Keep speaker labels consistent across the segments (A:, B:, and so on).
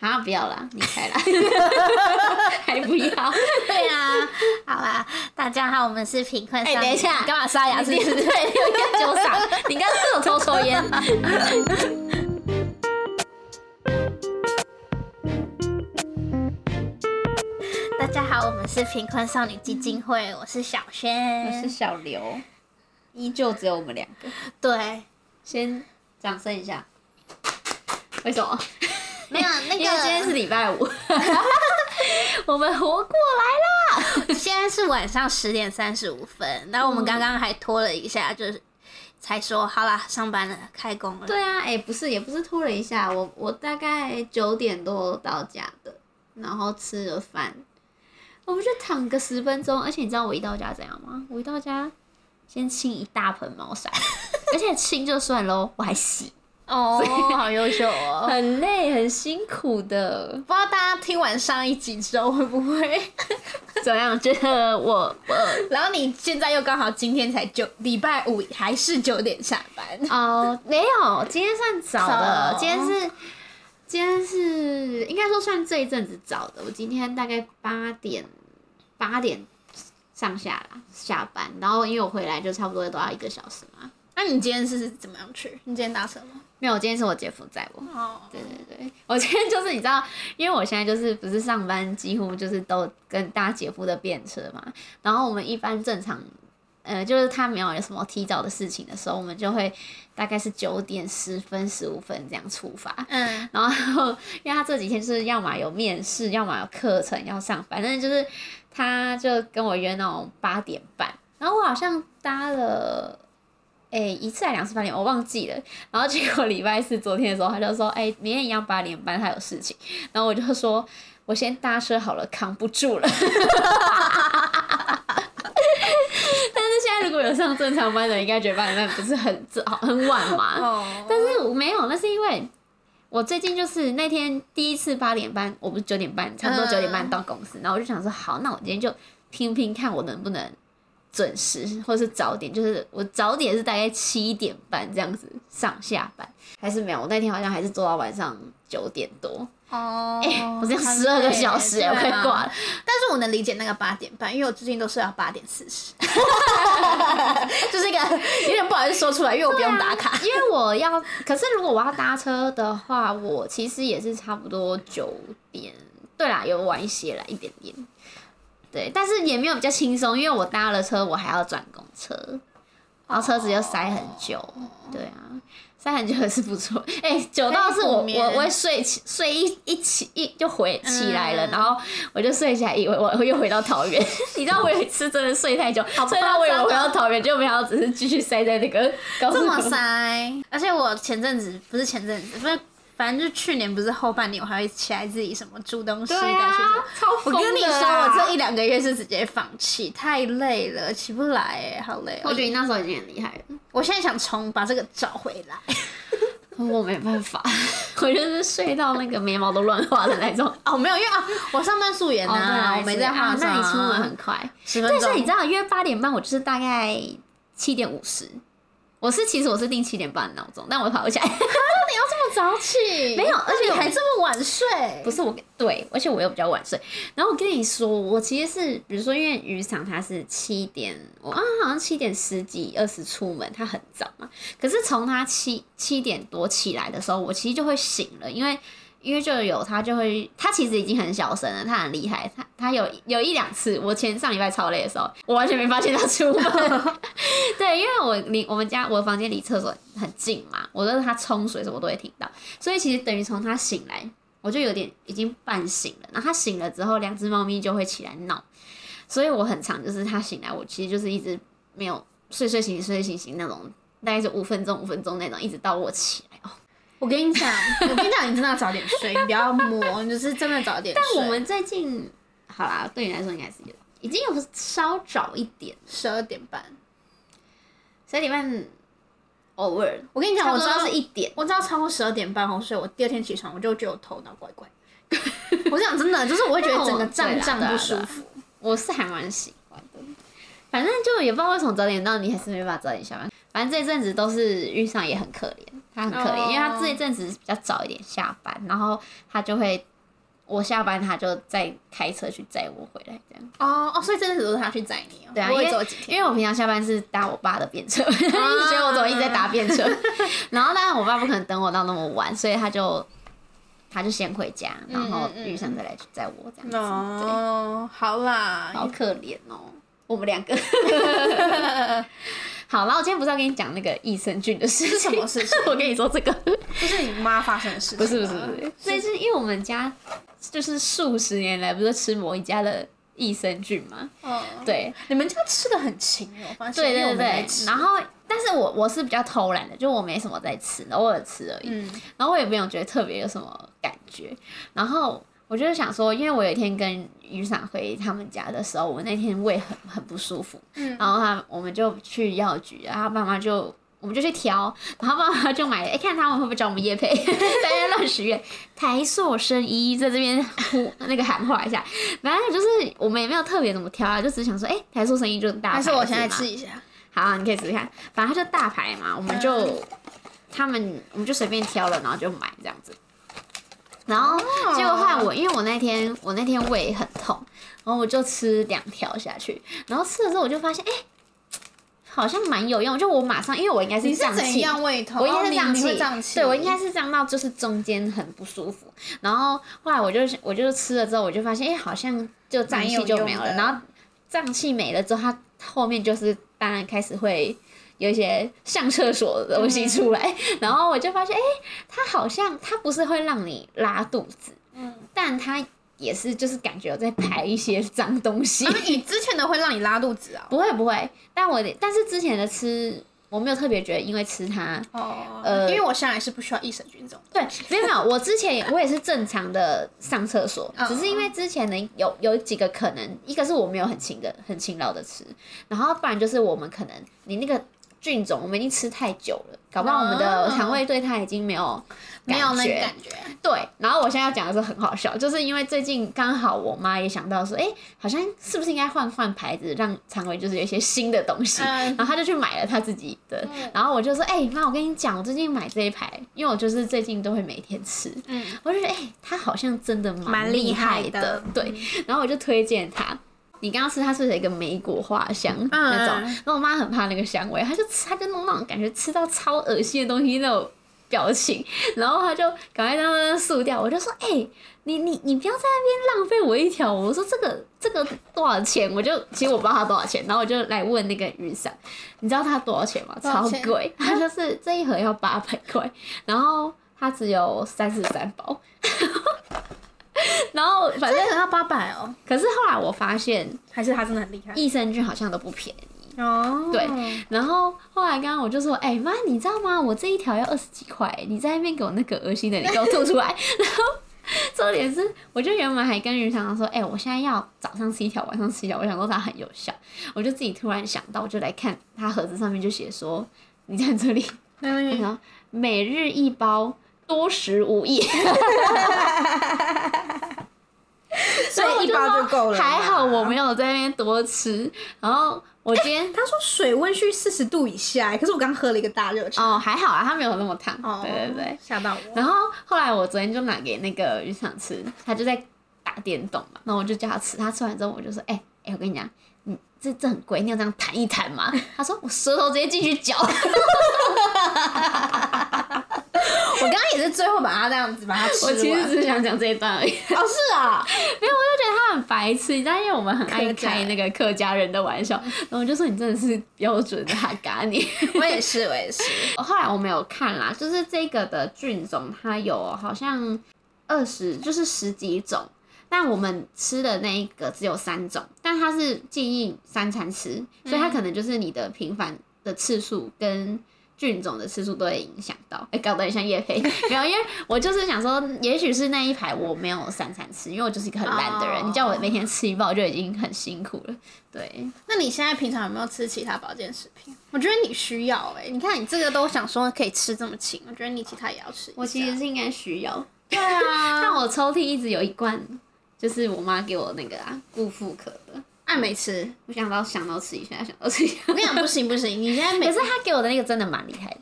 A: 啊，不要啦，你 开啦，还不要？
B: 对啊，好啦，大家好，我们是贫困。
A: 哎等一下
B: 你干嘛刷牙？是不是？
A: 对，六一九嗓，你刚刚有偷抽 烟？
B: 大家好，我们是贫困少女基金会，我是小
A: 我是
B: 轩。
A: 小刘，依旧只有我们两个。
B: 对，
A: 先掌声一下。为什么？
B: 没有那
A: 因为今天是
B: 个，
A: 礼拜 五，我们活过来了。
B: 现在是晚上十点三十五分，然后我们刚刚还拖了一下，就是才说好啦，上班了，开工 了。
A: 对啊，哎、不是，也不是拖了一下，我我大概九点多到家的，然后吃了饭，我们就躺个十分钟。而且你知道我一到家怎样吗？我一到家先清一大盆猫砂，而且清就算喽，我还洗，
B: 哦，好优秀哦。
A: 很累，很辛苦的。
B: 不知道大家听完上一集之后会不会，
A: 怎么样？觉得我我
B: 然后你现在又刚好今天才九礼拜五还是九点下班，
A: 哦，没有，今天算早的，
B: 早
A: 今天是今天是应该说算这一阵子早的。我今天大概八点八点上下啦下班，然后因为我回来就差不多都要一个小时嘛。
B: 那你今天是怎么样去？你今天搭什么？
A: 没有，今天是我姐夫载我。
B: 哦，
A: 对对对，我今天就是你知道，因为我现在就是不是上班，几乎就是都跟搭姐夫的便车嘛。然后我们一般正常，呃，就是他没有有什么提早的事情的时候，我们就会大概是九点十分、十五分这样出发。
B: 嗯，
A: 然后， 因为他这几天就是要么有面试，要么有课程要上，反正就是他就跟我约那种八点半，然后我好像搭了。哎、一次还两次八点，我忘记了。然后结果礼拜四昨天的时候，他就说：“哎、明天一样八点半，他有事情。”然后我就说：“我先搭车好了，扛不住了。” 但是现在如果有上正常班的，应该觉得八点半不是很早很晚嘛？
B: 哦，
A: 但是我没有，那是因为我最近就是那天第一次八点半，我不是九点半，差不多
B: 嗯
A: 九点半到公司，然后我就想说，好，那我今天就拼拼看我能不能准时，或是早点，就是我早点是大概七点半这样子上下班，还是没有，我那天好像还是做到晚上九点多，
B: 哦，
A: 我这样十二个小时、
B: 很累
A: 我快挂。
B: 对啊
A: 了，
B: 但是我能理解那个八点半，因为我最近都睡到八点四十， 就是一个有点不好意思说出来，因为我不用打 卡。
A: 因为我要，可是如果我要搭车的话，我其实也是差不多九点，对啦，有晚一些啦，一点点。对，但是也没有比较轻松，因为我搭了车，我还要转公车，然后车子又塞很久。对啊，塞很久也是不错。哎、 久到是我
B: 可以补眠
A: 我我会睡起睡一一起一就回起来了，
B: 嗯
A: 然后我就睡起来，以为我我又回到桃园。 你知道我有一次真的睡太久，
B: 啊
A: 睡到我以为我回到桃园，就没想到只是继续塞在那个高速
B: 这
A: 公
B: 么
A: 路
B: 塞，而且我前阵子不是前阵子，不是反正就去年不是后半年，我还会起来自己什么煮东西的。
A: 对啊
B: 去什么，
A: 超
B: 我
A: 疯
B: 跟你
A: 的
B: 说，
A: 啊
B: 我这一两个月是直接放弃，太累了，起不来、哎，好累、
A: 我
B: 哦。
A: 觉得你那时候已经很厉害了，
B: 我现在想重把这个找回来。
A: 我没办法， 我就是睡到那个眉毛都乱画的那种。
B: 哦，没有，因为啊，我上班素颜
A: 哦，
B: 啊，我没在化
A: 啊
B: 妆、
A: 那你出门很快。
B: 十分
A: 对，
B: 钟。
A: 所以你知道，约八点半，我就是大概七点五十。我是其实我是定七点半的闹钟，但我跑不起来。
B: 这么早起？
A: 没有
B: 那
A: 而且
B: 你
A: 我
B: 还这么晚睡？
A: 不是我跟，对，而且我又比较晚睡。然后我跟你说，我其实是，比如说，因为渔场它是七点，我啊好像七点十几二十出门，它很早嘛。可是从它七七点多起来的时候，我其实就会醒了，因为因为就有它就会，它其实已经很小声了，它很厉害，它它有有一两次，我前上礼拜超累的时候，我完全没发现它出门。 对，因为我离我们家我房间离厕所很近嘛，我都是它冲水什么都会听到，所以其实等于从它醒来。我就有点已经半醒了，然后它醒了之后，两只猫咪就会起来闹，所以我很常就是它醒来，我其实就是一直没有睡睡醒醒睡睡醒醒那种，大概就五分钟五分钟那种，一直到我起来哦。
B: 我跟你 讲，我跟你讲，你真的要早点睡，你不要磨，你就是真的早 点睡。
A: 但我们最近好啦，对你来说应该是有已经有稍早一点，
B: 十二点半，
A: 所以你们偶尔
B: 我跟你讲，
A: 差
B: 我
A: 不
B: 知
A: 多
B: 道
A: 都是一点，
B: 我知道超过十二点半我睡，我第二天起床我就觉得我头脑怪怪。 我是讲真的，就是我会觉得整个胀胀不舒服。
A: 我是还蛮喜欢的。反正就也不知道为什么早点到，你还是没办法早点下班。反正这阵子都是遇上也很可怜，他他很可怜，因为他
B: 哦
A: 这一阵子比较早一点下班，然后他就会我下班他就再开车去载我回来这样。
B: 哦哦，所以真的是都是他去载你哦，
A: 对啊
B: 不会
A: 因为
B: 走几天，
A: 因为我平常下班是搭我爸的便车， 一直觉得我怎么一直在搭便 车，然后当然我爸不可能等我到那么晚，所以他就他就先回家，然后
B: 嗯嗯嗯
A: 遇上再来去载我这样子，对，
B: 哦，好啦，
A: 好可怜哦，我们 两个。好，然后我今天不是要跟你讲那个益生菌的事
B: 什
A: 情，
B: 么事情？
A: 我跟你说这个，
B: 不是你妈发生的事情，
A: 不是不是不是，， 所以是因为我们家就是数十年来不是吃某一家的益生菌嘛，
B: 嗯，
A: 对，
B: 你们家吃的很勤哦，我发现，
A: 对
B: 因为
A: 对
B: 我们
A: 对
B: 没，吃
A: 然后但是我我是比较偷懒的，就我没什么在吃，偶尔吃而已，
B: 嗯，
A: 然后我也没有觉得特别有什么感觉，然后。我就是想说，因为我有一天跟雨伞回他们家的时候，我那天胃很很不舒服，
B: 嗯
A: 然后他我们就去药局，然后妈妈就我们就去挑，然后妈妈就买了，哎、看他们会不会找我们叶配， 大家乱许愿，台塑生医在这边呼那个喊话一下，反正就是我们也没有特别怎么挑啊，就只是想说，哎、台塑生医就大牌
B: 但
A: 子
B: 是
A: 嘛，
B: 我现在吃一下，
A: 好，你可以试试看，反正它就大牌嘛，我们就、
B: 嗯
A: 他们我们就随便挑了，然后就买这样子。然后
B: 哦
A: 结果换我，因为我那天我那天胃很痛，然后我就吃两条下去，然后吃了之后我就发现，哎、好像蛮有用。就我马上，因为我应该
B: 你
A: 是
B: 是
A: 胀
B: 怎
A: 气，
B: 样胃痛？
A: 我应
B: 哦
A: 该是
B: 你
A: 胀
B: 你
A: 气，
B: 会胀气，哦
A: 对我应该是胀到就是中间很不舒服。然后后来我就我就吃了之后，我就发现，哎、好像就胀气就没有
B: 蛮有用
A: 了。
B: 的
A: 然后胀气没了之后，它后面就是当然开始会。有一些上厕所的东西
B: 嗯
A: 出来，然后我就发现，哎、它好像它不是会让你拉肚子，
B: 嗯，
A: 但它也是就是感觉有在排一些脏东西。
B: 啊，你之前的会让你拉肚子啊，
A: 不会不会，但我的但是之前的吃我没有特别觉得，因为吃它，
B: 哦，
A: 呃
B: 因为我向来是不需要益生菌这种，
A: 对，没有没 有，我之前也我也是正常的上厕所，
B: 哦
A: 只是因为之前呢有有几个可能，一个是我没有很勤的很勤劳的吃，然后不然就是我们可能你那个菌种我们已经吃太久了，搞不好我们的
B: 哦
A: 肠胃对它已经没有
B: 没有
A: 感
B: 那个
A: 觉
B: 感觉，
A: 对，然后我现在要讲的是很好笑，就是因为最近刚好我妈也想到说，哎、好像是不是应该换换牌子，让肠胃就是有一些新的东西，
B: 嗯
A: 然后她就去买了她自己的，然后我就说，哎、妈，我跟你讲，我最近买这一排，因为我就是最近都会每天吃，
B: 嗯，
A: 我就觉得，哎、她好像真的
B: 蛮
A: 厉
B: 厉害
A: 的，
B: 的嗯
A: 对，然后我就推荐她。你刚刚吃它是不是有一个莓果花香、那种
B: 嗯，
A: 然后我妈很怕那个香味，她就吃，她就弄那种感觉吃到超恶心的东西那种表情，然后他就赶快在那边速掉，我就说：“哎、你你你不要在那边浪费我一条。”我说：“这个这个多少钱？”我就其实我不知道它多少钱，然后我就来问那个雨伞，你知道它多少钱吗？
B: 多少
A: 超
B: 钱
A: 贵，它就是这一盒要八百块，然后它只有三十三包， 然后反正
B: 这个要八百哦，
A: 可是后来我发现
B: 还是他真的很厉害
A: 益生菌好像都不便宜。
B: 哦，
A: 对然后后来刚刚我就说，哎、妈，你知道吗？我这一条要二十几块，你在那边给我那个恶心的，你给我吐出来。然后 重点是，我就原本还跟云翔说，哎、我现在要早上吃一条，晚上吃一条，我想说它很有效，我就自己突然想到，我就来看它盒子上面就写说，你在这里，
B: 嗯，
A: 然后每日一包。多食无益，
B: 所以一包就够了，
A: 还好我。没有在那边多吃。然后我今天、
B: 他说水温需四十度以下，可是我刚喝了一个大热茶。
A: 哦还好啊，它没有那么烫。
B: 哦
A: 对对对，，
B: 吓到我。
A: 然后后来我昨天就拿给那个渔场吃，他就在打电动嘛，然后我就叫他吃，他吃完之后我就说，哎、哎、我跟你讲，你这这很贵，你有这样弹一弹吗？他说我舌头直接进去 嚼，
B: 我刚刚也是最后把它这样子把它吃
A: 我
B: 完。
A: 其实只是想讲这一段而已。
B: 哦是 啊，
A: 他很白痴，你知道，因为我们很爱
B: 客家
A: 开那个客家人的玩笑，然后我就说你真的是标准的哈嘎你。
B: 我也是我也是。
A: 后来我没有看啦，就是这个的菌种，它有好像二十，就是十几种。但我们吃的那一个只有三种，但它是建议三餐吃，所以它可能就是你的频繁的次数跟菌种的次数都会影响到。哎、搞得很像叶 飞，没有，因为我就是想说，也许是那一排我没有三餐吃，因为我就是一个很懒的人
B: 哦
A: 你叫我每天吃一包就已经很辛苦了。对，
B: 那你现在平常有没有吃其他保健食品？我觉得你需要哎、你看你这个都想说可以吃这么勤，我觉得你其他也要吃一下。
A: 我其实是应该需要，
B: 对啊，
A: 但我抽屉一直有一罐，就是我妈给我那个啊固妇可的，
B: 爱没吃。
A: 我 想到想到吃一下，想到吃一下。
B: 我跟你讲，不行不行，你现在每
A: 可是她给我的那个真的蛮厉害的，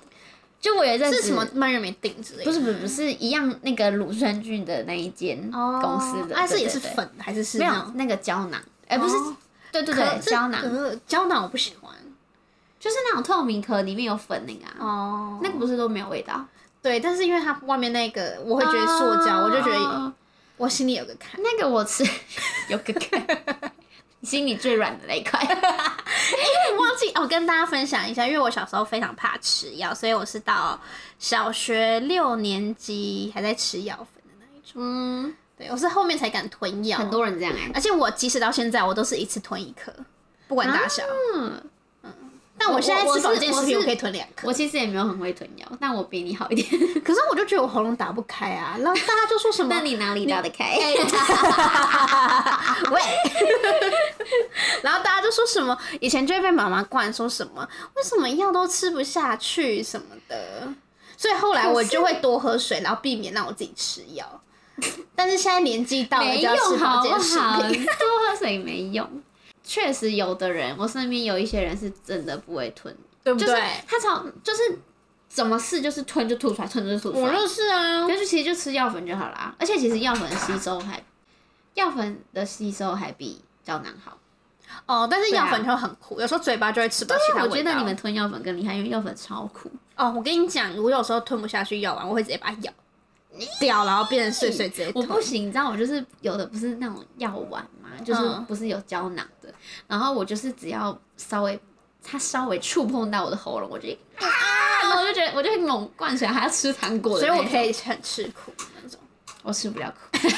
A: 就我有一阵子
B: 是什么漫日美定之类的？
A: 不是不是不是一样那个乳酸菌的那一间
B: 哦
A: 公司的，
B: 啊，是
A: 对
B: 也
A: 对
B: 是
A: 对
B: 粉还是是
A: 没
B: 那
A: 有
B: 种
A: 那个胶囊，哎、不是，
B: 哦
A: 对对
B: 壳
A: 对，
B: 是
A: 胶囊
B: 呃胶囊我不喜欢
A: 就是那种透明壳，里面有粉那个、啊，
B: 哦
A: 那个不是都没有味道？
B: 对，但是因为它外面那个，我会觉得塑胶，我就觉得
A: 哦
B: 我心里有个坎，
A: 那个我吃 有个看， 心里最软的那一块，
B: 我忘记哦，跟大家分享一下，因为我小时候非常怕吃药，所以我是到小学六年级还在吃药粉的那一种。
A: 嗯，
B: 对，我是后面才敢吞药，
A: 很，多人这 样哎、
B: 而且我即使到现在，我都是一次吞一颗，不管大小。
A: 嗯，
B: 但我现在
A: 我
B: 吃
A: 是
B: 保健食
A: 我
B: 品，啊我
A: 是
B: 可以吞两颗。
A: 我其实也没有很会囤药，但我比你好一点。
B: 可是我就觉得我喉咙打不开啊，然后大家就说 什么
A: 那你哪里打得开？
B: 喂， 然后大家就说什么，以前就会被妈妈灌说什么，为什么药都吃不下去什么的，所以后来我就会多喝水，然后避免让我自己吃药。但是现在年纪到 了，
A: 没
B: 就
A: 用
B: 要吃保
A: 好不
B: 健食
A: 好？
B: 品。
A: 多喝水没用。确实，有的人，我身边有一些人是真的不会吞，
B: 对
A: 就是他从就是怎么试就是吞就吐出来，吞就吐出
B: 我
A: 来。
B: 就是啊
A: 但，是其实就吃药粉就好啦，而且其实药粉的吸收还，药粉的吸收还比胶囊好。
B: 哦，但是
A: 对啊
B: 药粉就很苦，有时候嘴巴就会吃不到其
A: 但
B: 他
A: 我觉
B: 味道
A: 得你们吞药粉更厉害，因为药粉超苦。
B: 哦，我跟你讲，我有时候吞不下去药丸，我会直接把它咬掉，然后变成碎碎直接
A: 我
B: 吞。
A: 不行，你知道我就是有的不是那种药丸嘛，就是
B: 嗯
A: 不是有胶囊的，然后我就是只要稍微它稍微触碰到我的喉咙，我就啊，然后我就觉得我就会猛灌水，还要吃糖果的
B: 所
A: 那
B: 以
A: 种，
B: 我可以很吃苦那种。
A: 我吃不了苦。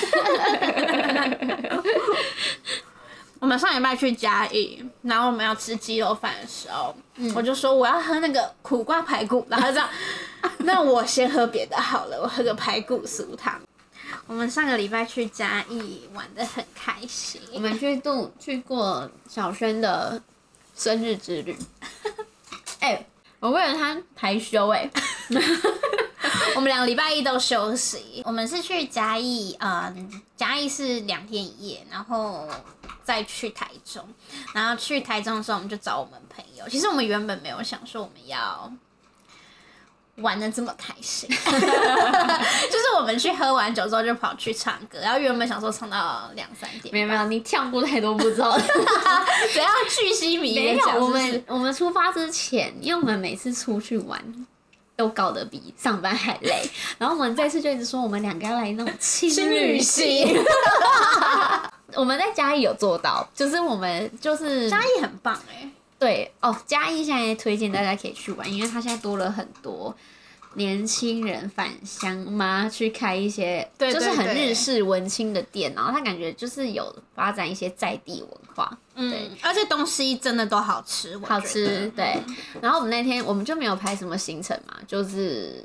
B: 我们上礼拜去嘉义，然后我们要吃鸡肉饭的时候，我就说我要喝那个苦瓜排骨，然后他这样，那我先喝别的好了，我喝个排骨酥汤。我们上个礼拜去嘉义玩的很开心，
A: 我们去度去过小轩的生日之 旅，哎、我为了他排休哎、
B: 我们两个礼拜一都休息。 我们是去嘉义，嗯，嘉义是两天一夜，然后再去台中。然后去台中的时候，我们就找我们朋友。其实我们原本没有想说我们要玩的这么开 心，就是我们去喝完酒之后就跑去唱歌，然后原本想说唱到两三点，
A: 没有没有，你跳过太多步骤了。
B: 不要巨细靡遗
A: 没
B: 的
A: 有
B: 讲，，
A: 我
B: 是不是
A: 们我们出发之前，因为我们每次出去玩都搞得比上班还 累，然后我们这次就一直说我们两个要来那种轻
B: 轻
A: 旅
B: 旅
A: 行
B: 行。
A: 我们在嘉义有做到，就是我们就是
B: 嘉义很棒哎、
A: 对哦，嘉义现在推荐大家可以去玩，因为它现在多了很多年轻人返乡嘛，去开一些
B: 对
A: 就是
B: 对
A: 很
B: 对
A: 日式文青的店，然后他感觉就是有发展一些在地文化，对。
B: 嗯，而且东西真的都好吃，我
A: 好
B: 觉
A: 吃
B: 得，
A: 对。然后我们那天我们就没有排什么行程嘛，就是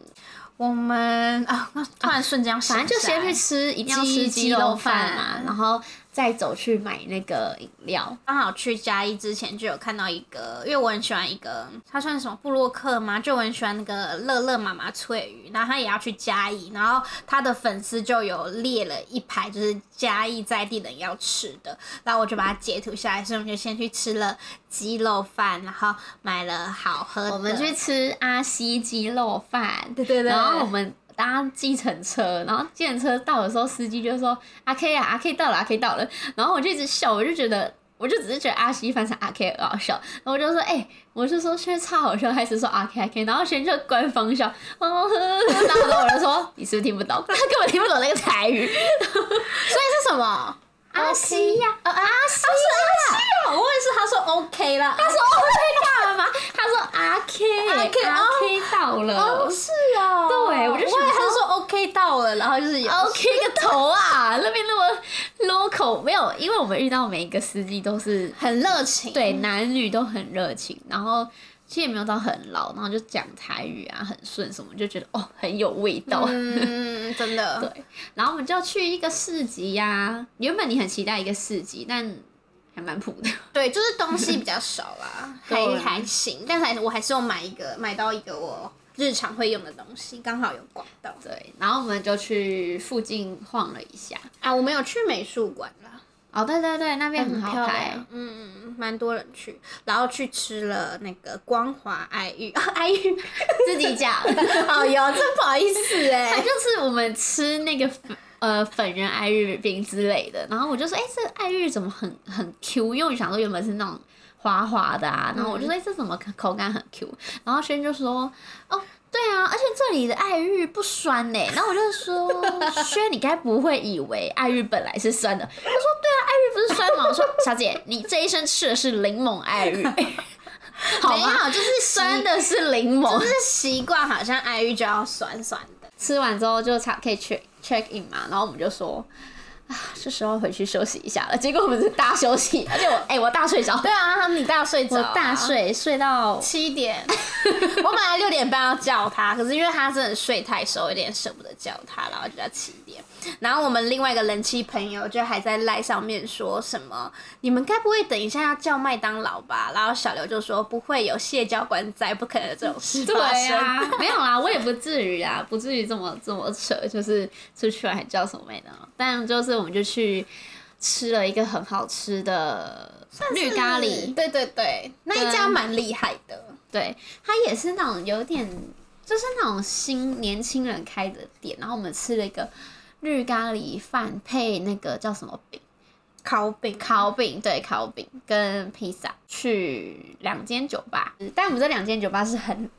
B: 我们 啊，突然瞬间要想
A: 反正就
B: 起来
A: 先去吃，一定要
B: 鸡
A: 吃
B: 鸡
A: 鸡
B: 肉
A: 肉饭啊
B: 饭
A: 嘛，然后再走去买那个饮料。
B: 刚好去嘉义之前就有看到一个，因为我很喜欢一个，他算什么布洛克吗？就我很喜欢那个乐乐妈妈翠鱼，然后他也要去嘉义，然后他的粉丝就有列了一排，就是嘉义在地人要吃的，然后我就把它截图下来，所以我们就先去吃了鸡肉饭，然后买了好喝的，
A: 我们去吃阿西鸡肉饭，
B: 对对对
A: 然后我们搭计程车，然后计程车到的时候，司机就说阿 K 啊，阿 K 到了，阿 K 到了。然后我就一直笑，我就觉得。我就只是觉得阿西翻成阿 K 很好笑，然后我就说，哎、我就说轩超好笑，还是说阿 K 阿 K，然后轩就官方笑，哦，呵呵然后我就说你是不是听不懂？他根本听不懂那个台语。
B: 所以是什么？
A: 阿西呀、
B: 呃，阿西阿西哦，我也是，他说 OK 啦，他说
A: 干嘛？他说阿 K，
B: 阿 K，
A: 阿
B: 哦
A: K 到了。
B: 哦是哦，
A: 对我就想
B: 我以为他
A: 说
B: 说 OK 到了，然后就是有
A: OK 个头啊！那边那么 local 没有，因为我们遇到每一个司机都是
B: 很热情，
A: 对男女都很热情，然后其实也没有到很老，然后就讲台语啊，很顺什么，就觉得哦很有味道。
B: 嗯， 真的。对，
A: 然后我们就去一个市集呀、原本你很期待一个市集，但还蛮普 的。
B: 就是东西比较少 啦，还
A: 对
B: 还行，但是还是我还是有买一个，买到一个我日常会用的东西，刚好有逛到。
A: 对，然后我们就去附近晃了一下。
B: 啊，我们有去美术馆啦，
A: 哦，对对对，那边很好
B: 漂
A: 拍
B: 亮，嗯嗯，蛮多人去，然后去吃了那个光华爱玉， 啊爱玉，
A: 自己讲，
B: 好哟，真不好意思哎、
A: 它 就是我们吃那个粉呃粉人爱玉饼之类的，然后我就说，哎、这爱玉怎么很很 Q？因为我想说原本是那种滑滑的啊，然后我就说，哎、这怎么口感很 Q？然后轩就说，哦。对啊，而且这里的爱玉不酸呢、然后我就说，轩，你该不会以为爱玉本来是酸的？他说，对啊，爱玉不是酸吗？我说，小姐，你这一生吃的是柠檬爱玉， 好
B: 没
A: 吗？
B: 有，就是
A: 酸
B: 酸的，
A: 的是柠檬，
B: 就是习惯，好像爱玉就要酸酸的。
A: 吃完之后就差可以 check check in 嘛，然后我们就说。啊，是时候回去休息一下了。结果我们是大休息，而且我哎、我大睡着，
B: 对啊，你大睡着、
A: 我大睡睡到
B: 七点， 我本来六点半要叫他，可是因为他真的睡太熟，有点舍不得叫他，然后就叫七点。然后我们另外一个人妻朋友就还在赖上面说什么：“你们该不会等一下要叫麦当劳吧？”然后小刘就说：“不会有谢教官在，不可能有这种事发
A: 对
B: 生。
A: 啊，没有啦，我也不至于啊，不至于这么这么扯，就是出去玩还叫什么味道？但就是我们就去吃了一个很好吃的绿咖喱，
B: 对对对，那一家蛮厉害的。
A: 对，它也是那种有点，就是那种新年轻人开的店。然后我们吃了一个绿咖喱饭配那个叫什么饼，
B: 烤饼，
A: 烤饼，对，烤饼跟披萨，去两间酒吧。但我们这两间酒吧是很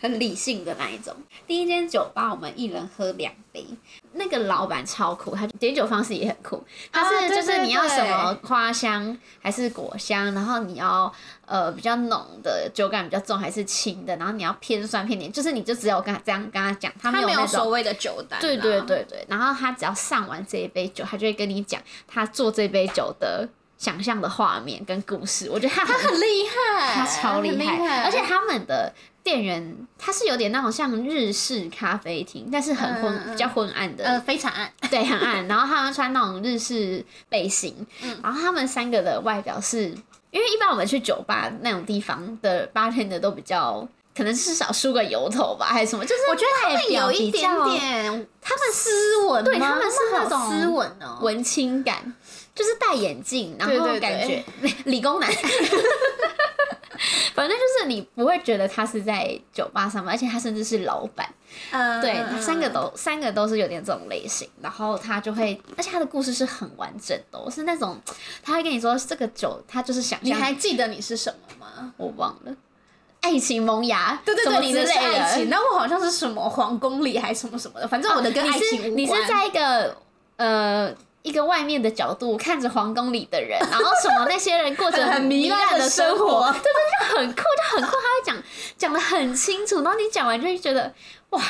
A: 很理性的那一种。第一间酒吧我们一人喝两杯，那个老板超酷，他点酒方式也很酷，他
B: 啊
A: 是
B: 对
A: 就是
B: 对
A: 你要
B: 对
A: 什么花香还是果香，然后你要呃比较浓的酒感比较重还是轻的，然后你要偏酸偏甜，就是你就只有跟他这样跟他讲，他没
B: 他
A: 有
B: 没有
A: 那种
B: 所谓的酒单。
A: 对对，对对，然后他只要上完这一杯酒，他就会跟你讲他做这杯酒的想象的画面跟故事。我觉得他
B: 他
A: 很
B: 很厉害，
A: 他超厉
B: 很
A: 害，
B: 害
A: 而且他们的店员他是有点那种像日式咖啡厅，但是很昏、
B: 嗯嗯
A: 比较昏暗的，
B: 呃非常暗，
A: 对，很暗。然后他们穿那种日式背心，
B: 嗯
A: 然后他们三个的外表是，因为一般我们去酒吧那种地方的八天的都比较。可能至少梳个油头吧，还是什么？就是
B: 我觉得他
A: 外
B: 们
A: 表
B: 有一
A: 比
B: 点
A: 较
B: 点，他们斯文吗，
A: 对他们是那种
B: 好斯文哦、
A: 文青感，就是戴眼镜，然
B: 对
A: 后
B: 对对
A: 感觉 理工男。反正就是你不会觉得他是在酒吧上班，而且他甚至是老板，
B: 嗯
A: 对，他三个都三个都是有点这种类型，然后他就会，而且他的故事是很完整的哦、是那种他会跟你说这个酒，他就是想
B: 你
A: 象，
B: 还记得你是什么吗？
A: 我忘了，爱情萌芽，
B: 对对
A: 什么
B: 对，你
A: 之
B: 的是
A: 类的
B: 爱情，那哦我好像是什么皇宫里还是什么什么的，反正我的跟
A: 啊你
B: 爱
A: 是
B: 情无关。
A: 你是在一个呃一个外面的角度看着皇宫里的人，然后什么那些人过着
B: 很糜烂
A: 烂
B: 的
A: 的
B: 生活
A: 活，对对，就很酷，就很酷。他会讲讲的很清楚，然后你讲完就会觉得哇，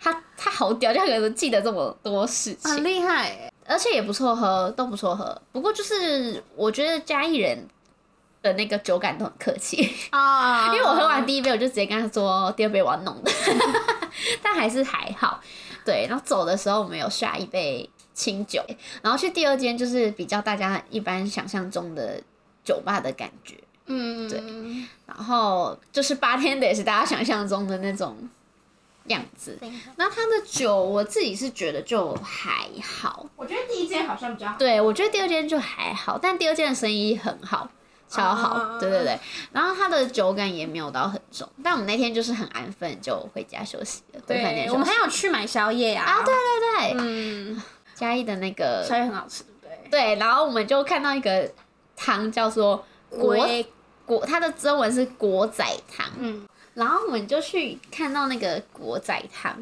A: 他他好屌，就可能记得这么多事情。
B: 很厉害欸，
A: 而且也不错喝，都不错喝。不过就是我觉得嘉义人的那个酒感都很客气，
B: 啊
A: 因为我喝完第一杯，我就直接跟他说第二杯我要弄的， 但还是还好。对，然后走的时候我们有下一杯清酒，然后去第二间就是比较大家一般想象中的酒吧的感觉，
B: 嗯
A: 对
B: 对。
A: 然后就是八天的也是大家想象中的那种样子。那它的酒我自己是觉得就还好，
B: 我觉得第一间好像比较好，
A: 对，我觉得第二间就还好，但第二间的生意很好，超好，
B: 啊
A: 对对对。然后它的酒感也没有到很重，但我们那天就是很安分，就回家休息了，回饭店
B: 对，
A: 休
B: 我们
A: 息。
B: 还有去买宵夜啊，啊对，
A: 对对对，
B: 嗯，
A: 嘉义的那个
B: 宵夜很好吃，对不对？
A: 对，然后我们就看到一个汤叫做国
B: 龟
A: 国，它的中文是国仔汤，
B: 嗯，
A: 然后我们就去看到那个国仔汤，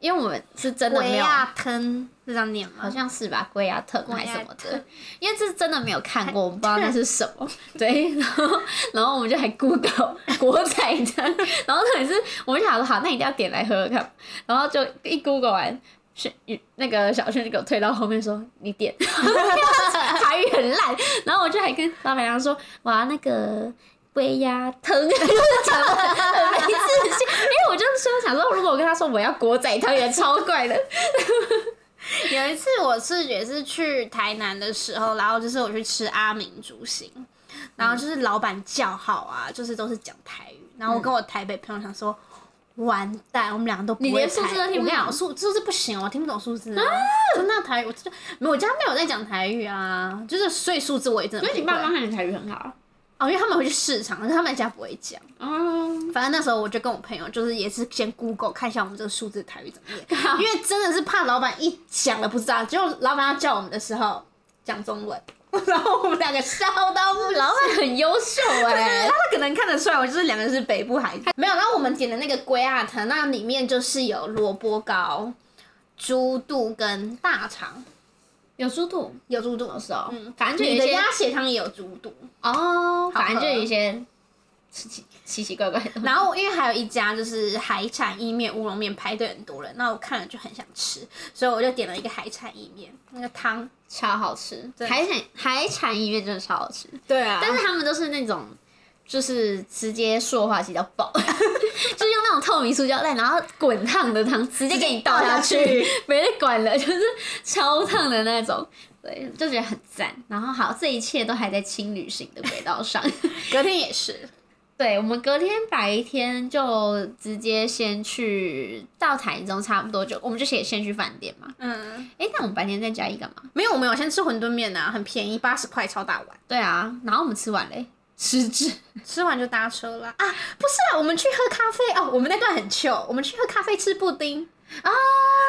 A: 因为我们是真的没
B: 鬼
A: 有。
B: 亚吞是这样念吗？
A: 好像是吧，龟啊藤还是什么
B: 龟啊藤
A: 的， 因为这真的没有看过，我们不知道那是什么。 对，然后然后我们就还 Google 国仔汤，然后可是我们想说好，那一定要点来喝喝看，然后就一 Google 完。是那个小轩就给我推到后面说你点， 台语很烂，然后我就还跟老板娘说哇那个龟鸭汤， 讲的很没自信，因为我就说想说如果我跟他说我要国仔汤也超怪 的，
B: 有一次我是也是去台南的时候，然后就是我去吃阿明猪心，
A: 嗯
B: 然后就是老板叫好啊，就是都是讲台语，然后我跟我台北朋友想说。完蛋，我们两个都不会
A: 你连数字
B: 台
A: 都听不
B: 我跟你
A: 懂
B: 讲数数字不行，我听不懂数字啊，真的台语我就没有，我家没有在讲台语啊，就是所以数字我也真的
A: 所
B: 不
A: 以
B: 会。
A: 你爸妈看你台语很好啊
B: 哦，因为他们会去市场，但是他们家不会讲。
A: 哦，
B: 反正那时候我就跟我朋友，就是也是先 Google 看一下我们这个数字台语怎么 念，因为真的是怕老板一讲了不知道，结果老板要叫我们的时候讲中文， 然后我们两个笑到不行。
A: 老板很优秀哎、
B: 他可能看得出来，我就是两个人是北部孩子。没有，然后我们点的那个龟啊藤，那里面就是有萝卜糕、猪肚跟大肠，
A: 有猪肚，
B: 有猪肚的时候，嗯，
A: 反正就有
B: 你
A: 一
B: 的
A: 些
B: 鸭血汤也有猪肚。
A: 哦，反正就
B: 好喝
A: 有一些奇奇奇奇怪怪的。
B: 然后因为还有一家就是海产意面、乌龙面排队很多人，那我看了就很想吃，所以我就点了一个海产意面，那个汤。
A: 超好吃，
B: 对
A: 海产海产意面真的超好吃，
B: 对啊
A: 但
B: 但是
A: 是他们都是那种。就是直接塑化剂到爆， 就是用那种透明塑胶袋，然后滚烫的汤直接给你倒下
B: 直接
A: 去，没得管了，就是超烫的那种，对，就觉得很赞。然后好，这一切都还在轻旅行的轨道上。
B: 隔天也是，
A: 对，我们隔天白天就直接先去到台中，差不多就我们就先先去饭店嘛。
B: 嗯，
A: 诶，那我们白天在嘉义干嘛？
B: 没有没有，先吃馄饨面啊，很便宜，八十块超大碗，
A: 对啊，然后我们吃完嘞，失智。
B: 吃完就搭车啦。啊，不是啊，我们去喝咖啡哦，我们那段很 chill，我们去喝咖啡吃布丁。
A: 对
B: 啊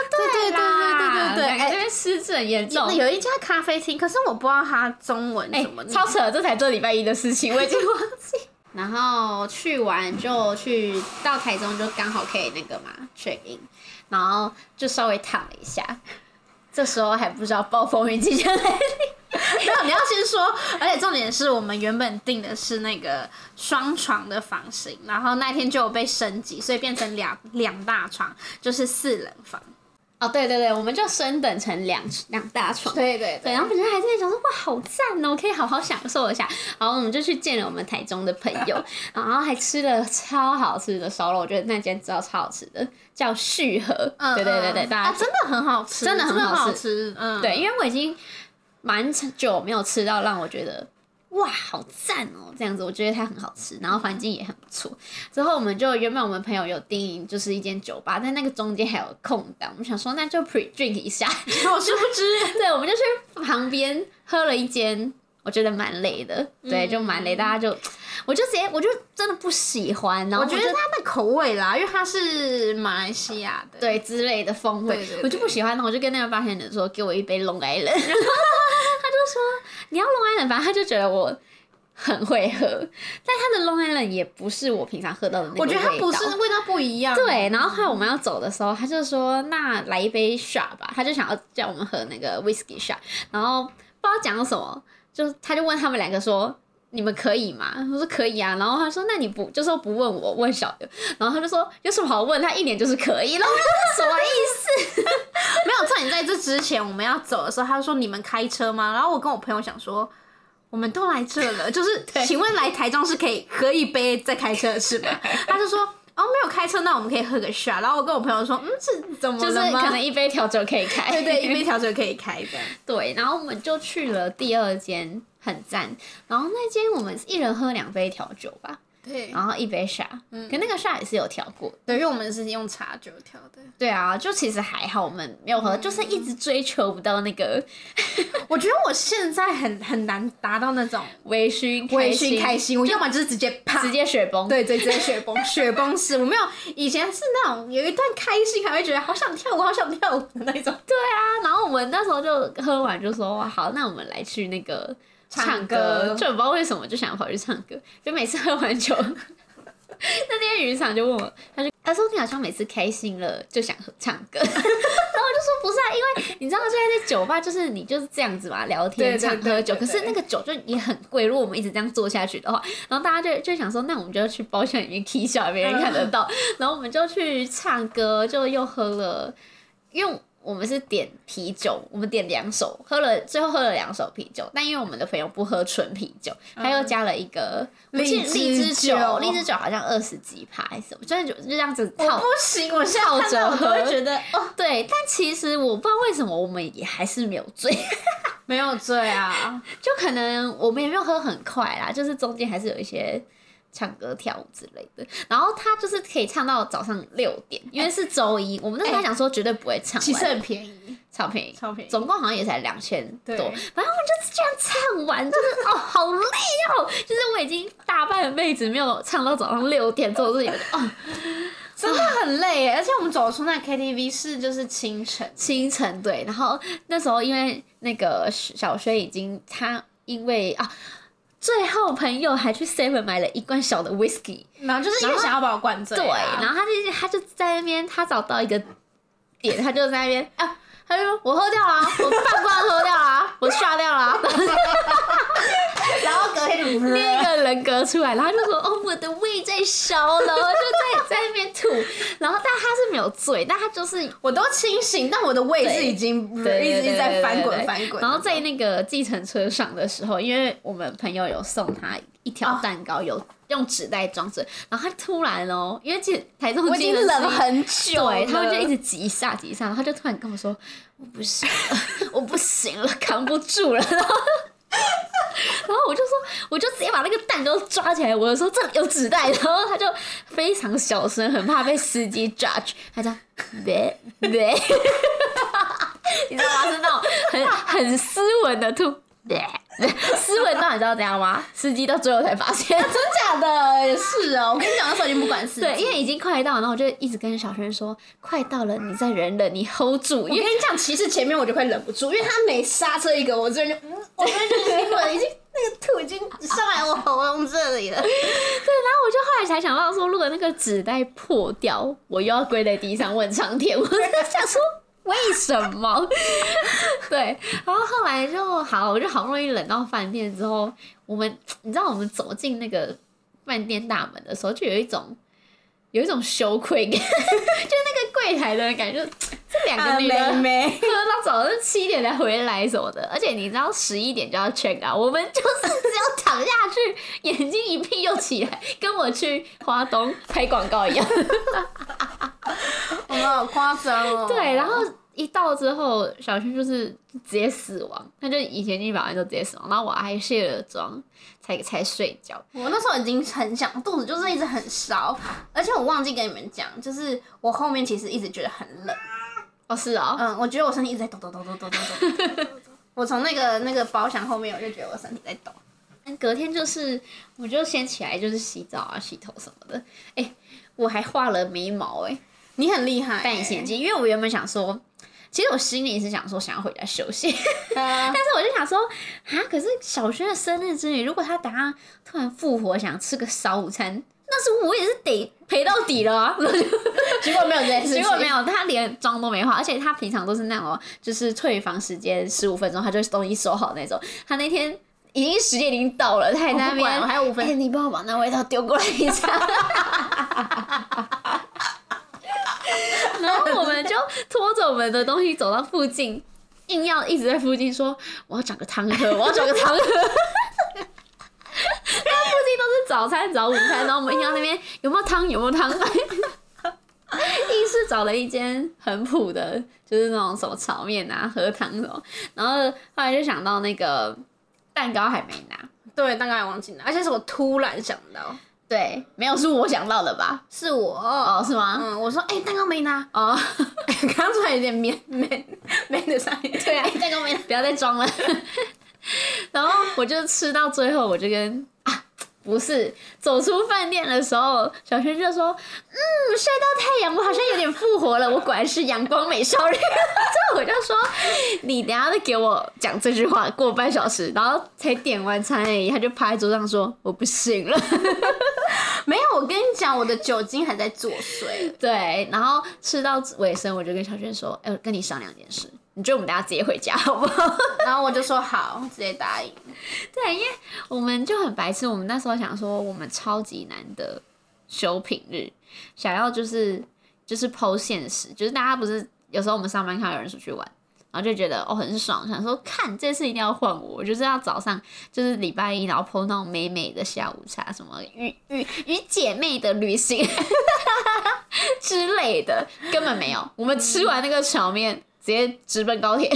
B: 对对对对对
A: 感
B: 哎
A: 觉这边失智很严重。
B: 有一家咖啡厅，可是我不知道它中文
A: 哎、
B: 怎么念。
A: 超扯，这才做礼拜一的事情， 我已经忘记。然后去完就去到台中，就刚好可以那个嘛 check in，然后就稍微躺了一下。这时候还不知道暴风雨即将来
B: 没有，你要先说。而且重点是我们原本订的是那个双床的房型，然后那天就有被升级，所以变成两两大床，就是四人房。
A: 哦，对对对，我们就升等成两两大床。
B: 对对
A: 对，然后本来还在想说哇，好赞哦，可以好好享受一下。然后我们就去见了我们台中的朋 友，然后还吃了超好吃的烧肉，我觉得那间知道超好吃的，叫旭和。
B: 嗯
A: 对对对对，
B: 嗯
A: 大
B: 啊，
A: 家、
B: 真的很好吃，
A: 真的很好吃
B: 好吃。嗯，
A: 对，因为我已经蛮久没有吃到让我觉得。哇，好赞哦！这样子，我觉得它很好吃，然后环境也很不错。之后我们就原本我们朋友有订就是一间酒吧，但那个中间还有空档，我们想说那就 pre drink 一下，
B: 我殊不知，
A: 对，我们就去旁边喝了一间，我觉得蛮累的，
B: 嗯
A: 对，就蛮累，大家就，我就直接，我就真的不喜欢，然后
B: 我
A: 我
B: 觉
A: 就
B: 得它的口味啦，因为它是马来西亚的。
A: 对之类的风味，
B: 对对对
A: 我就不喜欢，然后我就跟那个发现人说，给我一杯 Long Island，他就 说你要 Long Island，反正他就觉得我。很会喝，但他的 Long Island 也不是我平常喝到的那个
B: 我觉得它不
A: 味道
B: 是味道不一样。
A: 对，然后后来我们要走的时候，他就说：“那来一杯 shot 吧。”他就想要叫我们喝那个 whisky shot，然后不知道讲什么，就他就问他们两个说：“你们可以吗？”我说：“可以啊。”然后他说：“那你不就说不问我，问小刘？”然后他就说：“有什么好问？他一脸就是可以。”然后我 就说：“什么意思
B: 没有，在你在这之前，我们要走的时候，他就说你们开车吗？然后我跟我朋友想说，我们都来这了，就是
A: 对
B: 请问来台中是可以喝一杯再开车是 吗？他就说哦没有开车，那我们可以喝个 shot。然后我跟我朋友说，嗯是怎？”么
A: 就是
B: 了吗？
A: 可能一杯调酒可以开，
B: 对对，一杯调酒可以开的。
A: 对，然后我们就去了第二间，很赞。然后那间我们一人喝两杯调酒吧，
B: 对
A: 然后一杯 shot，、可
B: 嗯
A: 那个 shot 也是有调过的
B: 对，因为我们是用茶酒调的。
A: 对啊，就其实还好，我们没有喝，就是一
B: 嗯
A: 直追求不到那个
B: 我觉得我现在很很难达到那种
A: 微醺
B: 微
A: 开心、
B: 醺开心，我要么就是直接啪
A: 直接雪崩。
B: 对对，直接雪崩，雪崩式。我没有以前是那种有一段开心，还会觉得好想跳舞，好想跳舞的那种。
A: 对啊，然后我们那时候就喝完就说哇好，那我们来去那个
B: 唱
A: 唱
B: 歌
A: 就我不知道为什么就想跑去唱歌， 就每次喝完酒，那天渔场就问我，他就他说你好像每次开心了就想喝唱歌，然 后我就说不是啊，因为你知道现在在酒吧就是你就是这样子嘛，聊天、
B: 对对
A: 唱、
B: 对
A: 喝酒，
B: 对
A: 可是
B: 对
A: 那个酒就也很贵，如果我们一直这样做下去的话，然后大家就就想说，那我们就去包厢里面 K 笑，别人看得
B: 嗯
A: 到，然后我们就去唱歌，就又喝了，因为。我们是点啤酒，我们点两手，喝了最后喝了两手啤酒，但因为我们的朋友不喝纯啤酒，他又加了一个我记得
B: 嗯荔枝
A: 荔枝酒
B: 酒，
A: 荔枝酒好像二十几趴还是什么，就是就就这样子
B: 我
A: 套
B: 不行，我现在
A: 靠
B: 看
A: 着
B: 到我都会
A: 喝
B: 觉得哦，
A: 对，但其实我不知道为什么我们也还是没有醉，
B: 没有醉啊，
A: 就可能我们也没有喝很快啦，就是中间还是有一些唱歌、跳舞之类的。然后他就是可以唱到早上六点，因为是周一，我们那时候还想说绝对不会唱完，
B: 其实很便宜，
A: 超便宜，
B: 超便宜
A: 总共好像也才两千多。
B: 对
A: 反正我就是这样唱完，就是哦，好累哦，就是我已经大半辈子没有唱到早上六点，之后我就觉得哦，
B: 真的很累耶。而且我们走出那 KTV 是就是清晨，
A: 清晨对，然后那时候因为那个小轩已经他因为啊，最后朋友还去 Seven 买了一罐小的 Whisky，
B: 然后就是因为想要把我灌醉啊、
A: 对，然后他就他就在那边他找到一个点，他就在那边啊。他就说：“我喝掉了啊，我半罐喝掉了啊，我刷掉了啊，
B: 然后隔 天就
A: 捏一个人格出来，然后他就说：‘哦，我的胃在烧了。’然后就在在 那边吐，然后但他是没有醉，但他就是
B: 我都清醒，但我的胃是已经一
A: 对对对
B: 直在翻
A: 对
B: 滚
A: 对
B: 翻滚。
A: 然后在那个计程车上的时候，因为我们朋友有送他一条
B: 哦
A: 蛋糕，有用纸袋装着，然后他突然哦，因为计台中
B: 我已经
A: 计程车
B: 冷很久了，
A: 对，他们就一直挤一下挤一下，然后他就突然跟我说：“我不行了， 我不行了，扛不住了。”然后，然后我就说，我就直接把那个蛋糕抓起来，我就说这里有纸袋，然后他就非常小声，很怕被司机 judge，他讲别别， 你知道吗？是那种很很斯文的吐。别斯文到你知道怎样吗？司机到最后才发现，
B: 真假的也是哦。我跟你讲，那时候已经不管 事。
A: 对，因为已经快到了，然后我就一直跟小轩说，快到了，你再忍忍，你 hold 住，因
B: 我
A: 为
B: 跟你讲，其实前面我就快忍不住，因为他每刹车一个，我这边就，嗯我这边就已经 我已经那个吐已经上来我喉咙这里了。
A: 然后我就后来才想到说，如果那个纸袋破掉，我又要跪在地上问苍天。我就想说，为什 么？对，然后后来就好，我就好不容易冷到饭店之后，我们你知道我们走进那个饭店大门的时候，就有一种有一种羞愧感，就 那个柜台的人感觉就，这
B: 啊
A: 两个女的
B: 妹，
A: 喝到早上七点才回来什么的，而且你知道十一点就要 check 啊，我们就是只有躺下去，眼睛一闭又起来，跟我去花东拍广告一样。
B: 我们好夸张 哦。
A: 对，然后一到之后，小轩就是直接死亡，他就以前一百完就直接死亡，然后我还卸了妆才才睡觉。
B: 我那时候已经很想，肚子就是一直很烧，而且我忘记跟你们讲，就是我后面其实一直觉得很冷。
A: 哦，是哦，
B: 嗯，我觉得我身体一直在抖抖抖抖抖抖抖抖抖抖抖。 我从那个那个包厢后面，我就觉得我身体在抖。
A: 但隔天就是，我就先起来就是洗澡啊、洗头什么的。哎、我还画了眉毛哎、
B: 你很厉害、欸
A: 戴隐 形眼镜，因为我原本想说，其实我心里是想说想要回家休息，
B: 呃
A: 但是我就想说啊，可是小轩的生日之旅，如果他等下突然复活想吃个烧午餐，那是我也是得赔到底了、啊。
B: 结果没有这件事 情，
A: 结果没有，他连妆都没化，而且他平常都是那种就是退房时间十五分钟，他就东西收好那种。他那天已经时间已经到了，他还在那
B: 哦我不管
A: 边
B: 我还有五分
A: 哎、你帮我把那味道丢过来一下。然后我们就拖着我们的东西走到附近，硬要一直在附近说我要找个汤喝，我要找个汤喝。 那附近都是早餐、早午餐，然后我们硬要那边有没有汤，有没有汤。 硬是找了一间很普的，就是那种什么炒面啊、喝汤什么，然后后来就想到那个蛋糕还没拿，
B: 对，大概也忘记了，而且是我突然想到，
A: 对，没有是我想到的吧？
B: 是我
A: 哦，是吗？
B: 嗯，我说哎、蛋糕没拿，
A: 哦，
B: 刚刚突然有点面面面的上面，对
A: 啊
B: 蛋糕没拿，
A: 不要再装了。 然后我就吃到最后，我就跟啊，不是走出饭店的时候，小轩就说：“嗯，晒到太阳，我好像有点复活了，我果然是阳光美少女。” 这我就说：“你等一下再给我讲这句话，过半小时。”然后才点完餐而已，他就趴在桌上说：“我不行了。”
B: 没有，我跟你讲，我的酒精还在作祟，
A: 对，然后吃到尾声，我就跟小轩说：“哎、我跟你商量件事，你觉得我们大家直接回家好不好？”
B: 然后我就说好，直接答应，
A: 对，因为我们就很白痴，我们那时候想说，我们超级难得休平日，想要就是就是剖现实，就是大家不是有时候我们上班看到有人出去玩，然后就觉得哦很爽，想说看这次一定要换我，我就是要早上就是礼拜一，然后剖那种美美的下午茶，什么与与与姐妹的旅行之类的，根本没有，我们吃完那个炒面直接直奔高铁。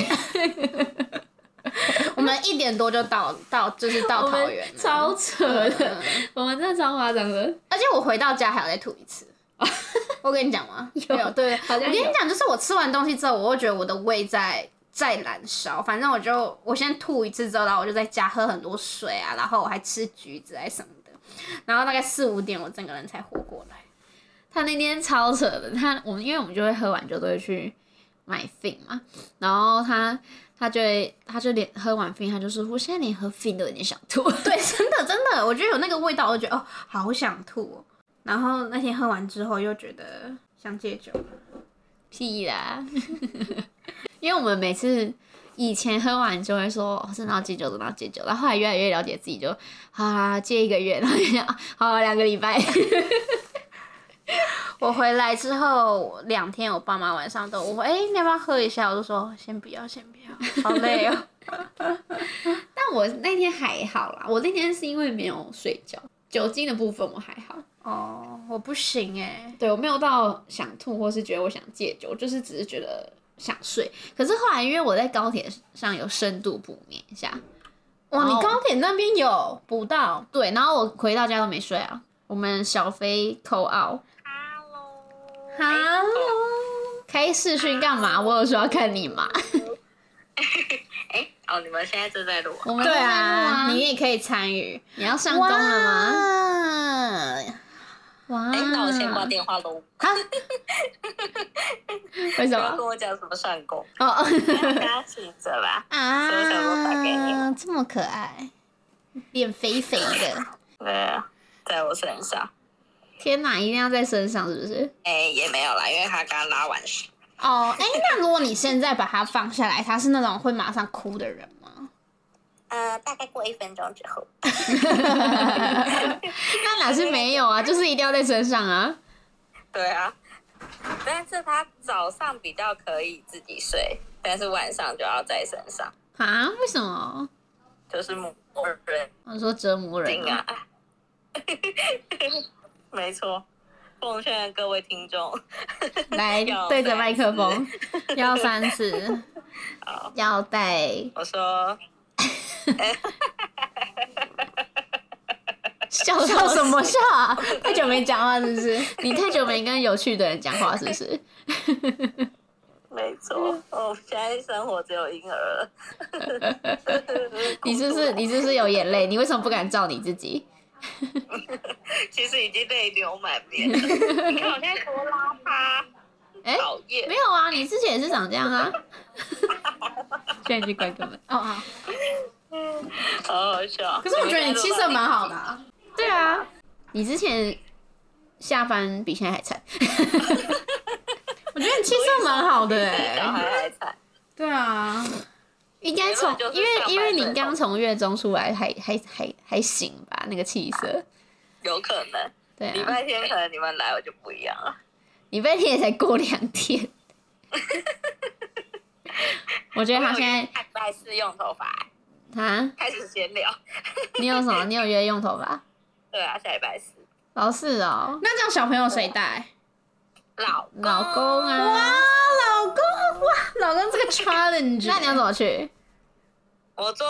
B: 我们一点多就到到就是到
A: 我
B: 桃
A: 们
B: 园了，嗯
A: 超扯的，我们真的超夸张的。
B: 而且我回到家还要再吐一 次。我跟你讲吗？
A: 有
B: 对，
A: 好像
B: 我跟
A: 有
B: 你讲，就是我吃完东西之后，我会觉得我的胃在在燃烧。反正我就我先吐一次之后，然后我就在家喝很多水啊，然后我还吃橘子啊什么的。然后大概四五点，我整个人才活过来。
A: 他那天超扯的，他我们因为我们就会喝完酒都会去买 fin 嘛，然后他他就会他就连喝完 fin 他就说我现在连喝 fin 都有点想吐，
B: 对，真的真的，我觉得有那个味道，我就觉得哦，好想吐哦。然后那天喝完之后，又觉得想戒酒了。
A: 屁啦！ 因为我们每次以前喝完就会说哦，真的要戒酒，真的要戒酒，然后后来越来越了解自己就，好啦，戒一个月，然后就想啊好啦两个礼拜，
B: 我回来之后两天，我爸妈晚上都我哎、你要不要喝一下？我就说哦先不要，先不要，好累 哦。
A: 但我那天还好啦，我那天是因为没有睡觉，酒精的部分我还好，
B: 哦，我不行哎、
A: 对我没有到想吐或是觉得我想戒酒，我就是只是觉得想睡。可是后来因为我在高铁上有深度补眠一下，
B: 哇，你
A: 哦
B: 高铁那边有补到？
A: 对，然后我回到家都没睡啊。我们小飞扣奥
C: 哎
B: Hello，
A: 开视讯干嘛？我有说要看你嘛。
C: 哎，哦，你们现在正在录啊？
A: 我们
B: 对
A: 都在录
B: 啊，
A: 你
B: 你也可以参与。
A: 你要上工了吗？
B: 吗？
A: 哇！
C: 哎，那我先挂电话喽。
A: 为
C: 不
A: 什
C: 要跟
A: 么？
C: 我讲什么上工，
A: 哦哦，
C: 大家醒着吧。
B: 啊
C: 所以我想说打给你
B: 这么可爱，脸肥肥的，
C: 呃，在我身上。
A: 天哪！一定要在身上是不是？
C: 哎，也没有啦，因为他刚拉完屎。
B: 哦，哎、那如果你现在把它放下来，他是那种会马上哭的人吗？
C: 呃，大概过一分钟之后。
A: 那哪是没有啊？就是一定要在身上啊！
C: 对啊，但是他早上比较可以自己睡，但是晚上就要在身上，
A: 啊？为什么？
C: 就是某人
A: 我说折磨人
C: 精
A: 啊！
C: 啊。 没错，奉劝各位听众，
A: 啊 来
C: 要
A: 对着麦克风
C: 三，
A: 要三次，
C: 好，
A: 要带
C: 我说
A: 笑
B: 笑
A: 到
B: 什么？笑啊？
A: 太久没讲话是不是？你太久没跟有趣的人讲话是不是？
C: 没错，我现在生活只有婴儿了。啊
A: 你是不是你是不是有眼泪？你为什么不敢照你自己？
C: 其实已经泪流满面了。你看我现在多拉他，
A: 哎
C: 讨厌
A: 没。有啊，你之前也是长这样啊。现在就乖哥们。
B: 哦哦，
C: 好好笑。
B: 可是我觉得你气色蛮好的、啊。
A: 对啊，你之前下班比现在还惨。
B: 我觉得你气色蛮好的
C: 比
B: 哎、
C: 小孩还惨。
B: 对啊，
A: 欸应该从
C: 结论就是
A: 因为
C: 上班
A: 因为你
C: 最
A: 刚
C: 痛
A: 从月中出来还，还还还行吧，那个气色。
C: 有可能
A: 对
C: 礼
A: 啊，
C: 拜天可能你们来我就不一样了。
A: 礼拜天也才过两 天。我觉得他现在
C: 礼拜四用头发，
A: 啊，
C: 开始闲聊。
A: 你有什么？你有约用头发？
C: 对啊，下礼拜四
A: 老是哦，
B: 那这样小朋友谁带？
C: 老公
A: 老公啊
B: 哇，，老公哇，老公 这个 challenge，
A: 那你要怎么去？
C: 我做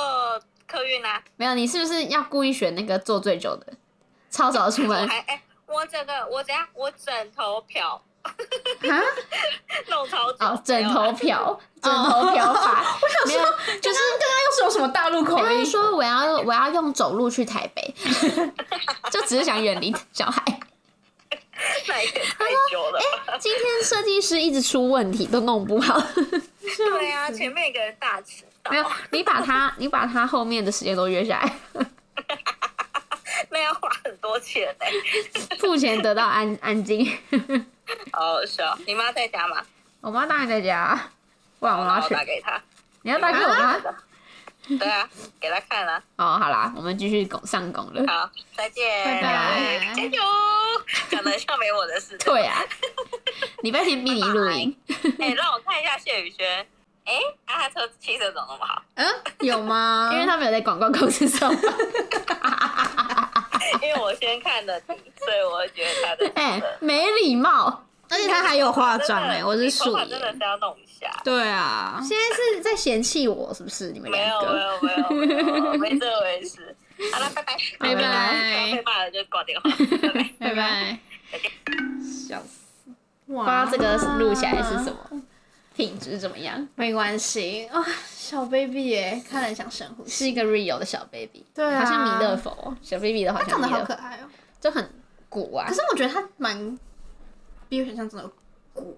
C: 客运啊，
A: 没有，你是不是要故意选那个坐最久的，超早出
C: 我
A: 门？
C: 还哎、我整个我怎样，我枕头漂
B: 啊？
C: 弄超久。
A: 哦，枕
C: 没有
A: 头
C: 啦
A: 漂，枕头漂法，没有，
B: 就是刚刚又是有什么大陆口
A: 他
B: 音
A: 就？说我要我要用走路去台北， 就只是想远离小孩。
C: 那也太久了吧。
A: 今天设计师一直出问题，都弄不好。
C: 对啊，前面一个人大迟到
A: 没，有，你把他你把他后面的时间都约下来，
C: 那要花很多钱呢、
A: 付钱得到安安静。
C: 好好笑。你妈在家吗？
A: 我妈当然在家啊，不然我
C: 然
A: 要
C: 后
A: 去
C: 打。给她。
A: 你要打给我吗？
C: 对啊，给她看了。
A: 哦，好啦，我们继续拱上拱了。
C: 好，再见，
B: 拜拜
C: 加油！讲的像没我的事。
A: 对啊， 礼拜天逼你录音，
C: 哎、让我看一下谢宇轩。哎、啊，他车汽车怎么那么好？
B: 嗯，有吗？
A: 因为他没有在广告公司上 班。
C: 因为我先看了你，所以我觉得他的。
A: 哎、没礼貌。
B: 而且他还有化妆
C: 真
B: 哎、
C: 的
B: 我是
C: 你头
B: 素
C: 发真的
B: 颜。
C: 是要弄一下。
B: 对啊，
A: 现在是在嫌弃我是不是？你们
C: 没
A: 两
C: 有没
A: 个
C: 有没有没有，没这回事。好了，拜拜，
B: 拜
A: 拜
C: 被骂了就挂电话，
B: 拜
C: 拜拜。
B: 拜。
A: 笑死！啊不知
B: 哇
A: 道这个录起来是什？么品质怎么样？
B: 没关系啊，小 baby 耶，看了想深呼吸。
A: 是一个 real 的小 baby，
B: 对啊
A: 好像弥勒佛哦，小 baby 的好
B: 他
A: 像
B: 长得
A: 弥勒
B: 好
A: 佛
B: 可爱哦、
A: 就很古啊
B: 可，是我觉得他蛮比我想象中 的古，